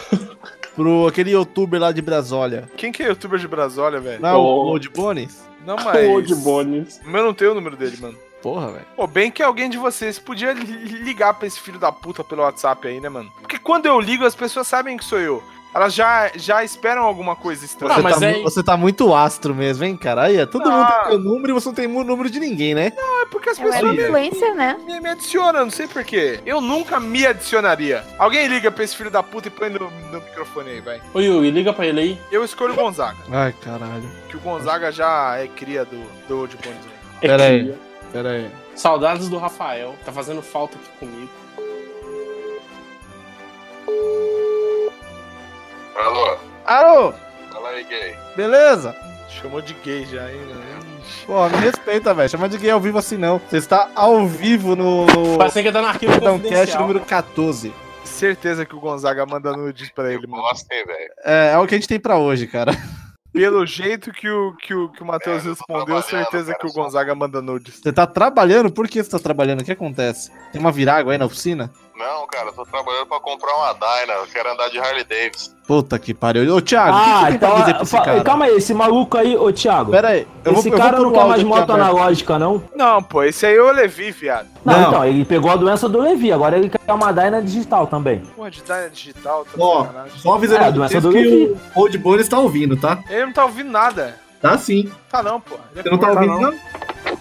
[SPEAKER 7] Pro aquele youtuber lá de Brasólia.
[SPEAKER 2] Quem que é youtuber de Brasólia, velho?
[SPEAKER 7] Não, é
[SPEAKER 1] Ô.
[SPEAKER 7] o Old Bones?
[SPEAKER 2] Não, mas.
[SPEAKER 1] Ô, de bones.
[SPEAKER 2] Mas eu não tenho o número dele, mano.
[SPEAKER 7] Porra, velho.
[SPEAKER 2] Pô, bem que alguém de vocês podia li- ligar pra esse filho da puta pelo WhatsApp aí, né, mano? Porque quando eu ligo, as pessoas sabem que sou eu. Elas já, já esperam alguma coisa estranha.
[SPEAKER 1] Ah,
[SPEAKER 7] Você,
[SPEAKER 1] mas
[SPEAKER 7] tá,
[SPEAKER 1] é-
[SPEAKER 7] mu- você tá muito astro mesmo, hein, cara? Aí, é, todo
[SPEAKER 2] Ah.
[SPEAKER 7] mundo tem o número e você não tem o número de ninguém, né?
[SPEAKER 2] É porque as
[SPEAKER 13] Eu era
[SPEAKER 2] pessoas me,
[SPEAKER 13] influencer, né?
[SPEAKER 2] me, me adicionam, não sei porquê. Eu nunca me adicionaria. Alguém liga pra esse filho da puta e põe no, no microfone aí, vai.
[SPEAKER 1] Ô, Yuri, liga pra ele aí.
[SPEAKER 2] Eu escolho o Gonzaga,
[SPEAKER 7] Ai, caralho.
[SPEAKER 2] que o Gonzaga já é cria do, do Old Bones.
[SPEAKER 7] Pera aí.
[SPEAKER 1] Equilha.
[SPEAKER 7] Pera aí.
[SPEAKER 1] É Saudades do Rafael. Tá fazendo falta aqui comigo.
[SPEAKER 9] Alô,
[SPEAKER 7] Alô,
[SPEAKER 9] fala aí, gay.
[SPEAKER 7] beleza?
[SPEAKER 2] Chamou de gay já, hein? né?
[SPEAKER 7] Pô, me respeita, velho. Chama de gay ao vivo assim não. Você está ao vivo no.
[SPEAKER 2] Parece que tá no arquivo
[SPEAKER 7] Então, cast
[SPEAKER 2] confidencial.
[SPEAKER 7] número 14.
[SPEAKER 2] Certeza que o Gonzaga manda nudes pra ele, mano. Gostei, velho.
[SPEAKER 7] É, é o que a gente tem pra hoje, cara.
[SPEAKER 2] Pelo jeito que o, que o, que o Matheus respondeu, certeza que o Gonzaga manda nudes.
[SPEAKER 7] Você tá trabalhando? Por que você tá trabalhando? O que acontece? Tem uma virágua aí na oficina?
[SPEAKER 9] Não, cara, eu tô trabalhando pra comprar uma Dyna. Eu quero andar de Harley Davidson.
[SPEAKER 7] Puta que pariu. Ô, Thiago, o que,
[SPEAKER 3] Ah,
[SPEAKER 7] que
[SPEAKER 3] então,
[SPEAKER 7] tem pra dizer pra esse
[SPEAKER 3] fa-
[SPEAKER 7] cara?
[SPEAKER 3] calma aí, esse maluco aí, ô Thiago.
[SPEAKER 7] Pera aí, eu vou-
[SPEAKER 3] esse
[SPEAKER 7] eu vou
[SPEAKER 3] cara
[SPEAKER 7] pôr
[SPEAKER 3] não
[SPEAKER 7] o
[SPEAKER 3] quer
[SPEAKER 7] áudio
[SPEAKER 3] mais
[SPEAKER 7] aqui
[SPEAKER 3] moto
[SPEAKER 7] aberto.
[SPEAKER 3] analógica, não?
[SPEAKER 2] Não, pô, esse aí é o Levi, viado.
[SPEAKER 3] Não, então, ele pegou a doença do Levi, agora ele quer uma Dyna digital também.
[SPEAKER 2] Porra, de Dyna digital, tá
[SPEAKER 14] Ó,
[SPEAKER 2] sacanagem.
[SPEAKER 14] só avisando
[SPEAKER 3] É,
[SPEAKER 14] a
[SPEAKER 3] doença
[SPEAKER 14] vocês
[SPEAKER 3] do
[SPEAKER 14] que
[SPEAKER 3] Levi.
[SPEAKER 14] o Old Bonner está ouvindo, tá?
[SPEAKER 2] Ele não tá ouvindo nada.
[SPEAKER 14] Tá sim.
[SPEAKER 2] Tá não, pô. Ele é
[SPEAKER 14] Você não tá
[SPEAKER 2] puta,
[SPEAKER 14] ouvindo, não?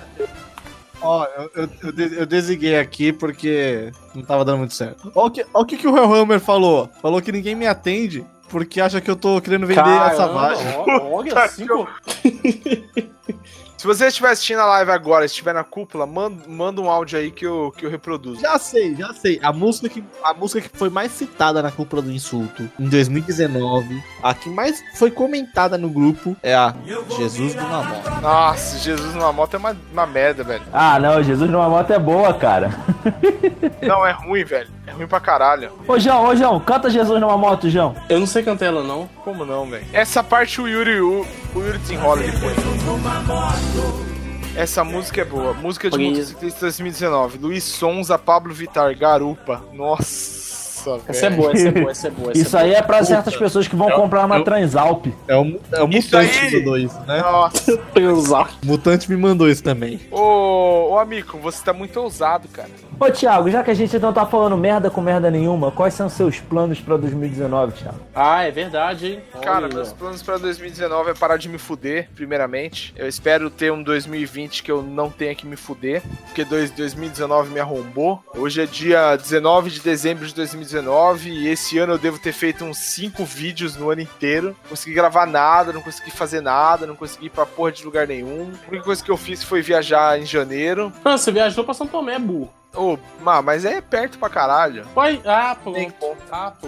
[SPEAKER 7] Ó, eu, eu, eu des- eu desliguei aqui porque não tava dando muito certo. Ó, o que, ó o que, que o Hellhammer falou. Falou que ninguém me atende porque acha que eu tô querendo vender a Savage.
[SPEAKER 1] Olha, cinco...
[SPEAKER 2] Se você estiver assistindo a live agora, estiver na cúpula, manda, manda um áudio aí que eu, que eu reproduzo.
[SPEAKER 7] Já sei, já sei. A música, que, a música que foi mais citada na cúpula do insulto em 2019, a que mais foi comentada no grupo é a Jesus do Namor.
[SPEAKER 2] Nossa, Jesus numa moto é uma, uma merda, velho.
[SPEAKER 3] Ah, não, Jesus numa moto é boa, cara.
[SPEAKER 2] Não, é ruim, velho. É ruim pra caralho.
[SPEAKER 3] Ô, João, ô, João, canta Jesus numa moto, João.
[SPEAKER 1] Eu não sei cantar ela, não.
[SPEAKER 2] Como não, velho? Essa parte o Yuri, o, o Yuri desenrola depois. Essa música é boa. Música de
[SPEAKER 1] Bonito.
[SPEAKER 2] motociclista 2019. Luiz Sonza, Pablo Vittar, Garupa. Nossa, velho.
[SPEAKER 1] Essa é boa, essa é boa, essa é boa. essa
[SPEAKER 3] Isso aí é pra
[SPEAKER 1] boa.
[SPEAKER 3] certas pessoas que vão comprar uma Transalp.
[SPEAKER 7] É o, é o
[SPEAKER 2] Isso
[SPEAKER 7] Mutante
[SPEAKER 2] aí!
[SPEAKER 7] que mandou isso, né?
[SPEAKER 2] Nossa.
[SPEAKER 7] O Mutante me mandou isso também.
[SPEAKER 2] Ô, ô, amigo, você tá muito ousado, cara.
[SPEAKER 3] Ô, Thiago, já que a gente não tá falando merda com merda nenhuma, quais são seus planos pra 2019, Thiago?
[SPEAKER 1] Ah, é verdade, hein?
[SPEAKER 2] Cara,
[SPEAKER 1] Olha.
[SPEAKER 2] meus planos pra 2019 é parar de me fuder, primeiramente. Eu espero ter um 2020 que eu não tenha que me fuder, porque dois- 2019 me arrombou. Hoje é dia 19 de dezembro de 2019 e esse ano eu devo ter feito uns 5 vídeos no ano inteiro. Não consegui gravar nada, não consegui fazer nada, não consegui ir pra porra de lugar nenhum. A única coisa que eu fiz foi viajar em janeiro.
[SPEAKER 1] Ah, você viajou pra São Tomé, burro.
[SPEAKER 2] Ô, ma, mas é perto pra caralho.
[SPEAKER 1] Vai, ah, pô.
[SPEAKER 2] Nem conta.
[SPEAKER 1] Ah, pô.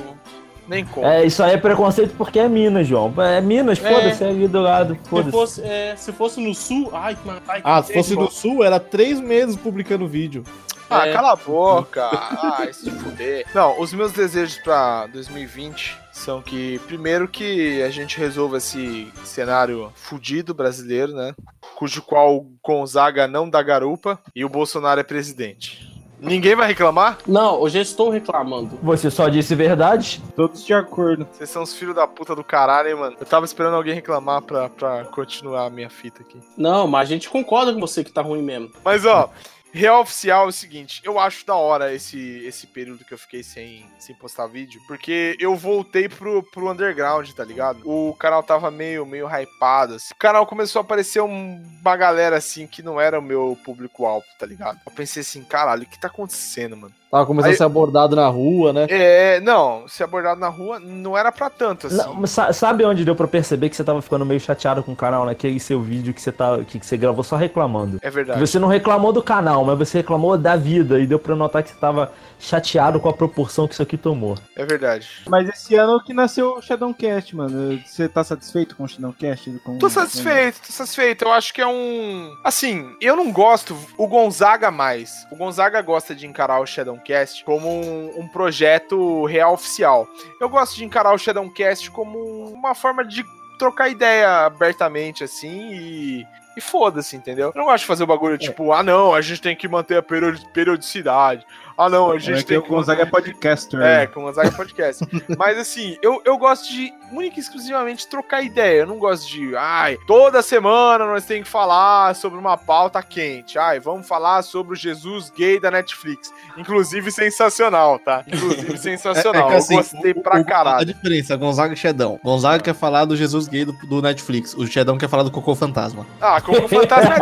[SPEAKER 2] Nem conta.
[SPEAKER 3] É, isso aí é preconceito porque é Minas, João. É Minas,
[SPEAKER 1] É.
[SPEAKER 3] foda-se, é ali do lado,
[SPEAKER 1] Se
[SPEAKER 3] foda-se.
[SPEAKER 1] fosse, é, se fosse no sul, ai, que ma- ai,
[SPEAKER 7] Ah,
[SPEAKER 1] que
[SPEAKER 7] se fosse
[SPEAKER 1] bom.
[SPEAKER 7] do Sul, era três meses publicando vídeo.
[SPEAKER 2] Ah,
[SPEAKER 1] É.
[SPEAKER 2] cala a boca! Ah, isso de fuder. Não, os meus desejos pra 2020 são que, primeiro, que a gente resolva esse cenário fudido brasileiro, né? Cujo qual o Gonzaga não dá garupa e o Bolsonaro é presidente. Ninguém vai reclamar?
[SPEAKER 1] Não, eu já estou reclamando.
[SPEAKER 3] Você só disse verdade?
[SPEAKER 8] Todos de acordo.
[SPEAKER 2] Vocês são os filhos da puta do caralho, hein, mano? Eu tava esperando alguém reclamar pra, pra continuar a minha fita aqui.
[SPEAKER 1] Não, mas a gente concorda com você que tá ruim mesmo.
[SPEAKER 2] Mas ó, real oficial é o seguinte, eu acho da hora esse, esse período que eu fiquei sem, sem postar vídeo, porque eu voltei pro, pro underground, tá ligado? O canal tava meio, meio hypado, assim. O canal começou a aparecer um- uma galera assim que não era o meu público-alvo, tá ligado? Eu pensei assim, caralho, o que tá acontecendo, mano?
[SPEAKER 7] Tava começando
[SPEAKER 2] Aí-
[SPEAKER 7] Tá, a ser abordado na rua, né?
[SPEAKER 2] É, não, ser abordado na rua não era pra tanto, assim.
[SPEAKER 3] Não, mas sa- sabe onde deu pra perceber que você tava ficando meio chateado com o canal naquele seu vídeo que você, tá, que, que você gravou só reclamando?
[SPEAKER 2] É verdade.
[SPEAKER 3] Você não reclamou do canal, mas você reclamou da vida e deu pra notar que você tava chateado com a proporção que isso aqui tomou.
[SPEAKER 2] É verdade.
[SPEAKER 8] Mas esse ano que nasceu o Shadowcast, mano. Você tá satisfeito com o Shadowcast? Com, um
[SPEAKER 2] Tô satisfeito, tô satisfeito. Eu acho que é um. Assim, eu não gosto o Gonzaga mais. O Gonzaga gosta de encarar o Shadowcast como um, um projeto real oficial. Eu gosto de encarar o Shadowcast como uma forma de trocar ideia abertamente, assim, e. E foda-se, entendeu? Eu não gosto de fazer o bagulho
[SPEAKER 8] É.
[SPEAKER 2] tipo, ah não, a gente tem que manter a peri- periodicidade. Ah não, a
[SPEAKER 8] A
[SPEAKER 2] gente
[SPEAKER 8] gente
[SPEAKER 2] tem
[SPEAKER 8] o Gonzaga é podcaster.
[SPEAKER 2] é, com o Gonzaga Podcast. Mas assim, eu, eu gosto de única e exclusivamente trocar ideia. Eu não gosto de, ai, toda semana nós temos que falar sobre uma pauta quente. Ai, vamos falar sobre o Jesus gay da Netflix. Inclusive sensacional, tá? Inclusive sensacional.
[SPEAKER 7] que assim,
[SPEAKER 2] eu gostei
[SPEAKER 7] o-
[SPEAKER 2] pra
[SPEAKER 7] o- A
[SPEAKER 2] caralho.
[SPEAKER 7] diferença, Gonzaga e Shedão. Gonzaga quer falar do Jesus gay do, do Netflix. O Shedão quer falar do Cocô Fantasma.
[SPEAKER 2] Ah, como fantasma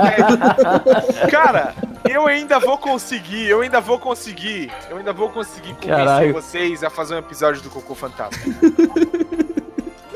[SPEAKER 2] gay. Cara, eu ainda vou conseguir, eu ainda vou conseguir, eu ainda vou conseguir convencer
[SPEAKER 3] Caralho.
[SPEAKER 2] vocês a fazer um episódio do Cocô Fantasma.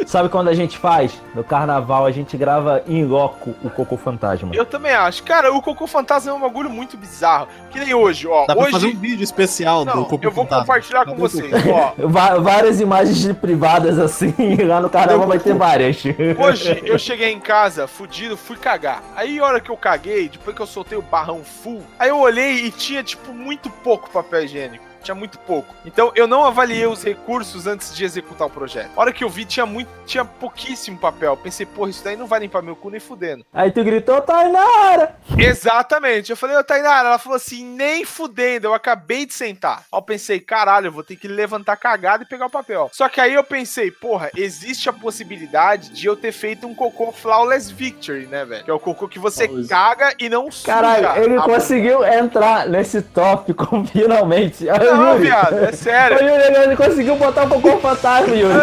[SPEAKER 3] Sabe quando a gente faz? No carnaval a gente grava em loco o Cocô Fantasma.
[SPEAKER 2] Eu também acho. Cara, o Cocô Fantasma é um bagulho muito bizarro. Que nem hoje, ó.
[SPEAKER 7] Dá
[SPEAKER 2] hoje...
[SPEAKER 7] pra fazer um vídeo especial do Cocô
[SPEAKER 2] eu vou
[SPEAKER 7] Fantasma.
[SPEAKER 2] compartilhar com
[SPEAKER 7] um
[SPEAKER 2] vocês, ó.
[SPEAKER 3] Va- várias imagens de privadas assim, lá no carnaval vai ter várias.
[SPEAKER 2] Hoje eu cheguei em casa, fudido, fui cagar. Aí a hora que eu caguei, depois que eu soltei o barrão full, aí eu olhei e tinha, tipo, muito pouco papel higiênico. Tinha muito pouco. Então eu não avaliei os recursos antes de executar o projeto. A hora que eu vi, tinha muito. Tinha pouquíssimo papel. Pensei, porra, isso daí não vai limpar meu cu nem fudendo.
[SPEAKER 3] Aí tu gritou, Tainara!
[SPEAKER 2] Exatamente. Eu falei, ô Tainara, ela falou assim, nem fudendo, eu acabei de sentar. Aí eu pensei, caralho, eu vou ter que levantar cagada e pegar o papel. Só que aí eu pensei, porra, existe a possibilidade de eu ter feito um cocô flawless victory, né, velho? Que é o cocô que você caga e não suja.
[SPEAKER 3] Caralho,
[SPEAKER 7] Tá
[SPEAKER 3] ele
[SPEAKER 2] a
[SPEAKER 3] conseguiu entrar nesse tópico finalmente. Ô,
[SPEAKER 2] Não, viado, é sério.
[SPEAKER 3] Ô, Yuri, ele conseguiu botar o cocô fantasma, Yuri.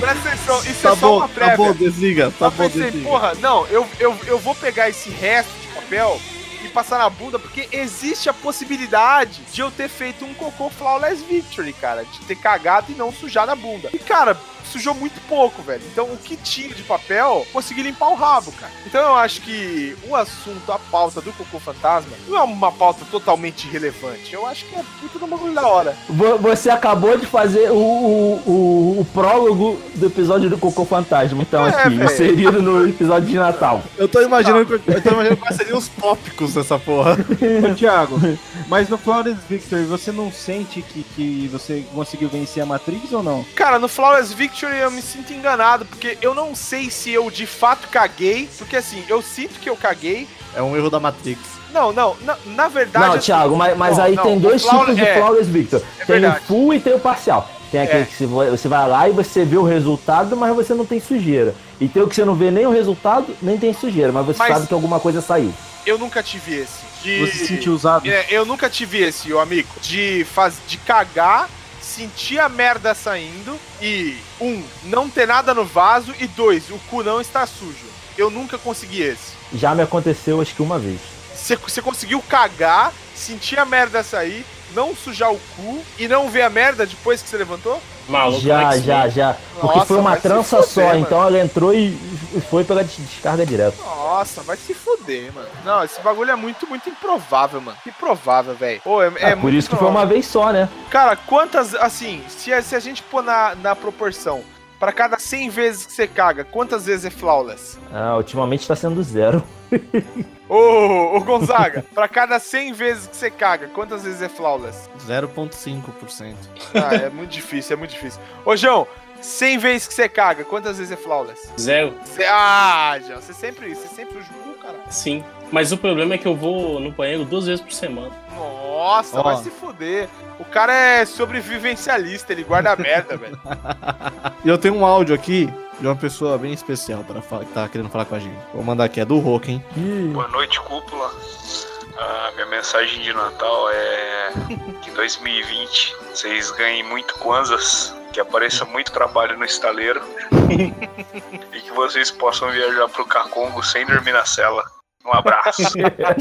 [SPEAKER 2] Presta atenção, isso
[SPEAKER 7] Tá
[SPEAKER 2] é só
[SPEAKER 7] bom,
[SPEAKER 2] uma
[SPEAKER 7] tá
[SPEAKER 2] prévia.
[SPEAKER 7] bom, desliga. Tá
[SPEAKER 2] eu
[SPEAKER 7] bom,
[SPEAKER 2] pensei,
[SPEAKER 7] desliga.
[SPEAKER 2] porra, não, eu, eu, eu vou pegar esse resto de papel e passar na bunda, porque existe a possibilidade de eu ter feito um cocô flawless victory, cara. De ter cagado e não sujar na bunda. E, cara, sujou muito pouco, velho. Então, o que tinha de papel, consegui limpar o rabo, cara. Então, eu acho que o assunto, a pauta do cocô fantasma, não é uma pauta totalmente irrelevante. Eu acho que é puta de um bagulho da hora.
[SPEAKER 3] Vo- Você acabou de fazer o, o, o- o prólogo do episódio do Cocô Fantasma, então,
[SPEAKER 2] É,
[SPEAKER 3] aqui,
[SPEAKER 7] velho.
[SPEAKER 3] inserido no episódio de Natal.
[SPEAKER 7] Eu tô imaginando, que- eu tô imaginando quais seriam os tópicos dessa porra.
[SPEAKER 8] Ô, Thiago, mas no Flawless Victory você não sente que, que você conseguiu vencer a Matrix ou não?
[SPEAKER 2] Cara, no Flawless Victory eu me sinto enganado, porque eu não sei se eu de fato caguei, porque assim, eu sinto que eu caguei.
[SPEAKER 7] É um erro da Matrix.
[SPEAKER 2] Não, não, na, na verdade.
[SPEAKER 3] Não,
[SPEAKER 2] assim,
[SPEAKER 3] Thiago, mas, mas
[SPEAKER 2] não,
[SPEAKER 3] aí
[SPEAKER 2] não,
[SPEAKER 3] tem
[SPEAKER 2] o
[SPEAKER 3] dois
[SPEAKER 2] Flawless-
[SPEAKER 3] tipos de
[SPEAKER 2] é,
[SPEAKER 3] flawless Victor. tem o
[SPEAKER 2] verdade.
[SPEAKER 3] full e tem o parcial. Tem aquele
[SPEAKER 2] É.
[SPEAKER 3] que se vo- você vai lá e você vê o resultado, mas você não tem sujeira. E tem o que você não vê nem o resultado, nem tem sujeira, mas você
[SPEAKER 2] Mas-
[SPEAKER 3] sabe que alguma coisa saiu.
[SPEAKER 2] Eu nunca tive esse. De,
[SPEAKER 3] Você se sentiu usado?
[SPEAKER 2] É, eu nunca tive esse, ô amigo. De, faz, de cagar, sentir a merda saindo e, um, não ter nada no vaso e, dois, o cu não está sujo. Eu nunca consegui esse.
[SPEAKER 3] Já me aconteceu acho que uma vez.
[SPEAKER 2] Você- Você conseguiu cagar, sentir a merda sair, não sujar o cu e não ver a merda depois que você levantou?
[SPEAKER 7] né?
[SPEAKER 3] já, já,
[SPEAKER 1] né?
[SPEAKER 3] já. Porque
[SPEAKER 2] Nossa,
[SPEAKER 3] foi uma
[SPEAKER 2] vai se
[SPEAKER 3] trança
[SPEAKER 2] fuder,
[SPEAKER 3] só,
[SPEAKER 2] mano.
[SPEAKER 3] então ela entrou e e foi pela des- descarga direta.
[SPEAKER 2] Nossa, vai se fuder, mano. Não, esse bagulho é muito, muito improvável, mano. Improvável, velho. Pô, é, é
[SPEAKER 3] Ah, por
[SPEAKER 2] muito
[SPEAKER 3] isso que foi uma
[SPEAKER 2] improvável.
[SPEAKER 3] vez só, né?
[SPEAKER 2] Cara, quantas, assim, se a, se a gente pôr na, na proporção, pra cada 100 vezes que você caga, quantas vezes é flawless?
[SPEAKER 3] Ah, ultimamente tá sendo zero.
[SPEAKER 2] Ô, ô, ô, Gonzaga, pra cada 100 vezes que você caga, quantas vezes é flawless?
[SPEAKER 7] 0,5%.
[SPEAKER 2] Ah, é muito difícil, é muito difícil. Ô, João, 100 vezes que você caga, quantas vezes é flawless?
[SPEAKER 1] Zero.
[SPEAKER 2] Cê- ah, João, você sempre, você sempre usa o cu, cara.
[SPEAKER 1] Sim. Mas o problema é que eu vou no banheiro duas vezes por semana.
[SPEAKER 2] Nossa,
[SPEAKER 1] Ó.
[SPEAKER 2] vai se fuder. O cara é sobrevivencialista, ele guarda a merda, velho.
[SPEAKER 7] E eu tenho um áudio aqui de uma pessoa bem especial pra falar, que tá querendo falar com a gente. Vou mandar aqui, é do Rock, hein?
[SPEAKER 15] Boa noite, cúpula. A minha mensagem de Natal é que 2020 vocês ganhem muito Kwanzas, que apareça muito trabalho no estaleiro e que vocês possam viajar pro Cacongo sem dormir na cela. Um abraço.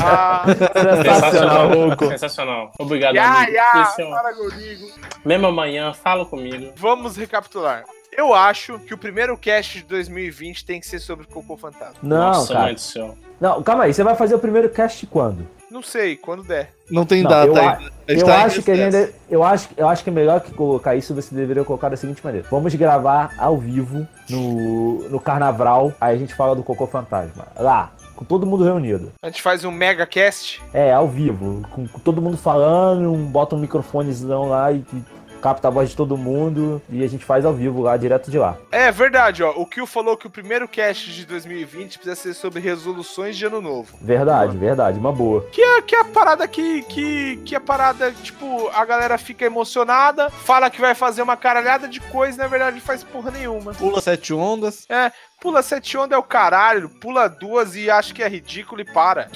[SPEAKER 2] Ah,
[SPEAKER 7] Tá
[SPEAKER 1] Sensacional. Sensacional. Obrigado,
[SPEAKER 2] Ya,
[SPEAKER 1] amigo.
[SPEAKER 2] ya,
[SPEAKER 1] Esse é um-
[SPEAKER 2] fala comigo.
[SPEAKER 1] Mesmo amanhã, fala comigo.
[SPEAKER 2] Vamos recapitular. Eu acho que o primeiro cast de 2020 tem que ser sobre Cocô Fantasma.
[SPEAKER 3] Não, cara. Não, calma aí, você vai fazer o primeiro cast quando?
[SPEAKER 2] Não sei, quando der.
[SPEAKER 7] Não tem
[SPEAKER 3] Não,
[SPEAKER 7] data
[SPEAKER 3] eu, a-
[SPEAKER 7] ainda. A gente
[SPEAKER 3] eu
[SPEAKER 7] tá em
[SPEAKER 3] acho que a
[SPEAKER 7] recesso.
[SPEAKER 3] gente, eu acho, eu acho que é melhor que colocar isso, você deveria colocar da seguinte maneira: vamos gravar ao vivo no, no Carnaval, aí a gente fala do Cocô Fantasma lá, com todo mundo reunido.
[SPEAKER 2] A gente faz um mega cast.
[SPEAKER 3] É, ao vivo, com, com todo mundo falando, um- bota um microfonezão lá e, e capta a voz de todo mundo e a gente faz ao vivo lá, direto de lá.
[SPEAKER 2] É verdade, ó. O Kill falou que o primeiro cast de 2020 precisa ser sobre resoluções de ano novo.
[SPEAKER 3] Verdade, verdade, uma boa.
[SPEAKER 2] Que é, que é a parada que, que. Que é a parada, tipo, a galera fica emocionada, fala que vai fazer uma caralhada de coisa e na verdade não faz porra nenhuma.
[SPEAKER 7] Pula sete ondas.
[SPEAKER 2] É, pula sete ondas é o caralho, pula duas e acha que é ridículo e para.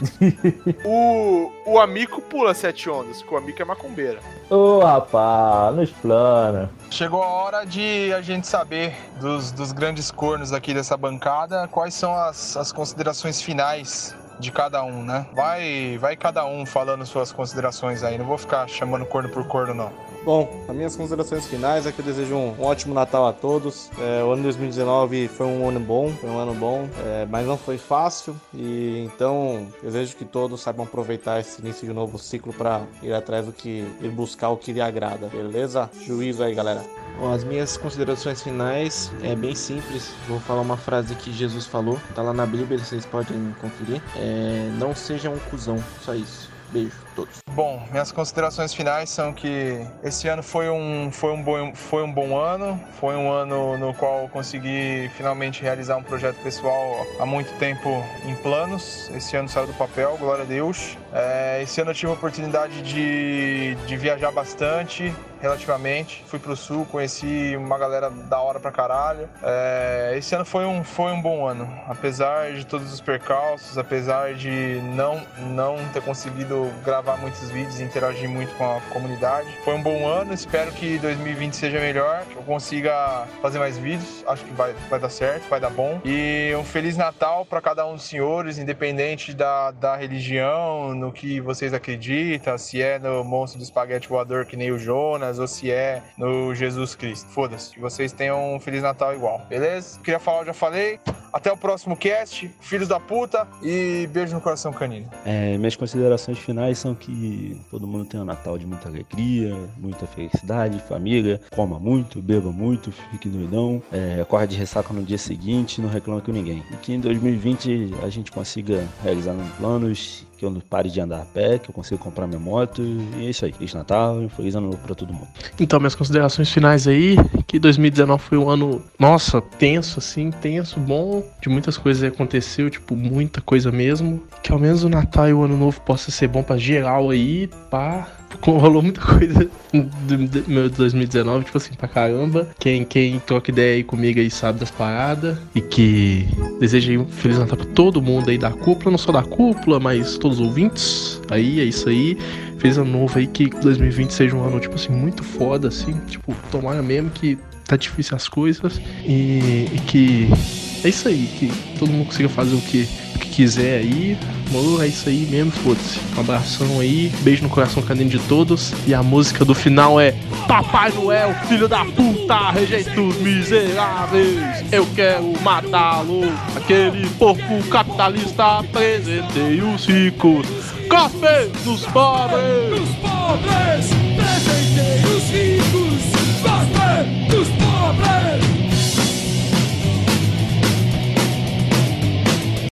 [SPEAKER 2] o, o amigo pula sete ondas, porque o amigo é macumbeira.
[SPEAKER 3] Ô rapaz, não explana.
[SPEAKER 16] Chegou a hora de a gente saber dos, dos grandes cornos aqui dessa bancada quais são as, as considerações finais de cada um, né? Vai, vai cada um falando suas considerações aí, não vou ficar chamando corno por corno, não.
[SPEAKER 7] Bom, as minhas considerações finais é que eu desejo um, um ótimo Natal a todos. É, o ano 2019 foi um ano bom, foi um ano bom, é, mas não foi fácil. E então eu desejo que todos saibam aproveitar esse início de novo ciclo para ir atrás do que ir buscar o que lhe agrada, beleza? Juízo aí, galera. Bom, as minhas considerações finais é bem simples. Vou falar uma frase que Jesus falou, tá lá na Bíblia, vocês podem conferir. É, não seja um cuzão, só isso. Beijo a todos.
[SPEAKER 2] Bom, minhas considerações finais são que esse ano foi um, foi, um bom, foi um bom ano, foi um ano no qual eu consegui finalmente realizar um projeto pessoal há muito tempo em planos. Esse ano saiu do papel, glória a Deus. É, esse ano eu tive a oportunidade de, de viajar bastante, relativamente. Fui pro sul, conheci uma galera da hora pra caralho. É, esse ano foi um, foi um bom ano, apesar de todos os percalços, apesar de não, não ter conseguido gravar muitos vídeos e interagir muito com a comunidade. Foi um bom ano, espero que 2020 seja melhor, que eu consiga fazer mais vídeos, acho que vai, vai dar certo, vai dar bom. E um Feliz Natal pra cada um dos senhores, independente da, da religião, no que vocês acreditam, se é no monstro do espaguete voador que nem o Jonas ou se é no Jesus Cristo. Foda-se. Que vocês tenham um Feliz Natal igual, beleza? Queria falar, eu já falei. Até o próximo cast, filhos da puta, e beijo no coração canino.
[SPEAKER 3] É, minhas considerações finais são que todo mundo tenha um Natal de muita alegria, muita felicidade, família, coma muito, beba muito, fique doidão, é, acorda de ressaca no dia seguinte, não reclama com ninguém. E que em 2020 a gente consiga realizar planos, que eu não pare de andar a pé, que eu consiga comprar minha moto, e é isso aí. Feliz Natal e feliz ano novo pra todo mundo.
[SPEAKER 10] Então, minhas considerações finais aí, que 2019 foi um ano, nossa, tenso, assim, tenso, bom, de muitas coisas aconteceu, tipo, muita coisa mesmo. Que ao menos o Natal e o Ano Novo possa ser bom pra geral aí, pá. Rolou muita coisa do meu 2019, tipo assim, pra caramba. Quem, quem troca ideia aí comigo aí sabe das paradas. E que desejo aí um Feliz Natal pra todo mundo aí da cúpula, não só da cúpula, mas todos os ouvintes. Aí, é isso aí. Feliz ano novo aí, que 2020 seja um ano, tipo assim, muito foda, assim. Tipo, tomara mesmo que tá difícil as coisas. E, e que é isso aí, que todo mundo consiga fazer o que, o que quiser aí. Moro, é isso aí mesmo, foda-se. Um abração aí, beijo no coração canino de todos. E a música do final é Papai Noel, filho da puta, rejeita os miseráveis. Eu quero matá-lo. Aquele porco capitalista apresentei os ricos. Cospe nos pobres.
[SPEAKER 17] Dos pobres, presentei os ricos, basta dos pobres.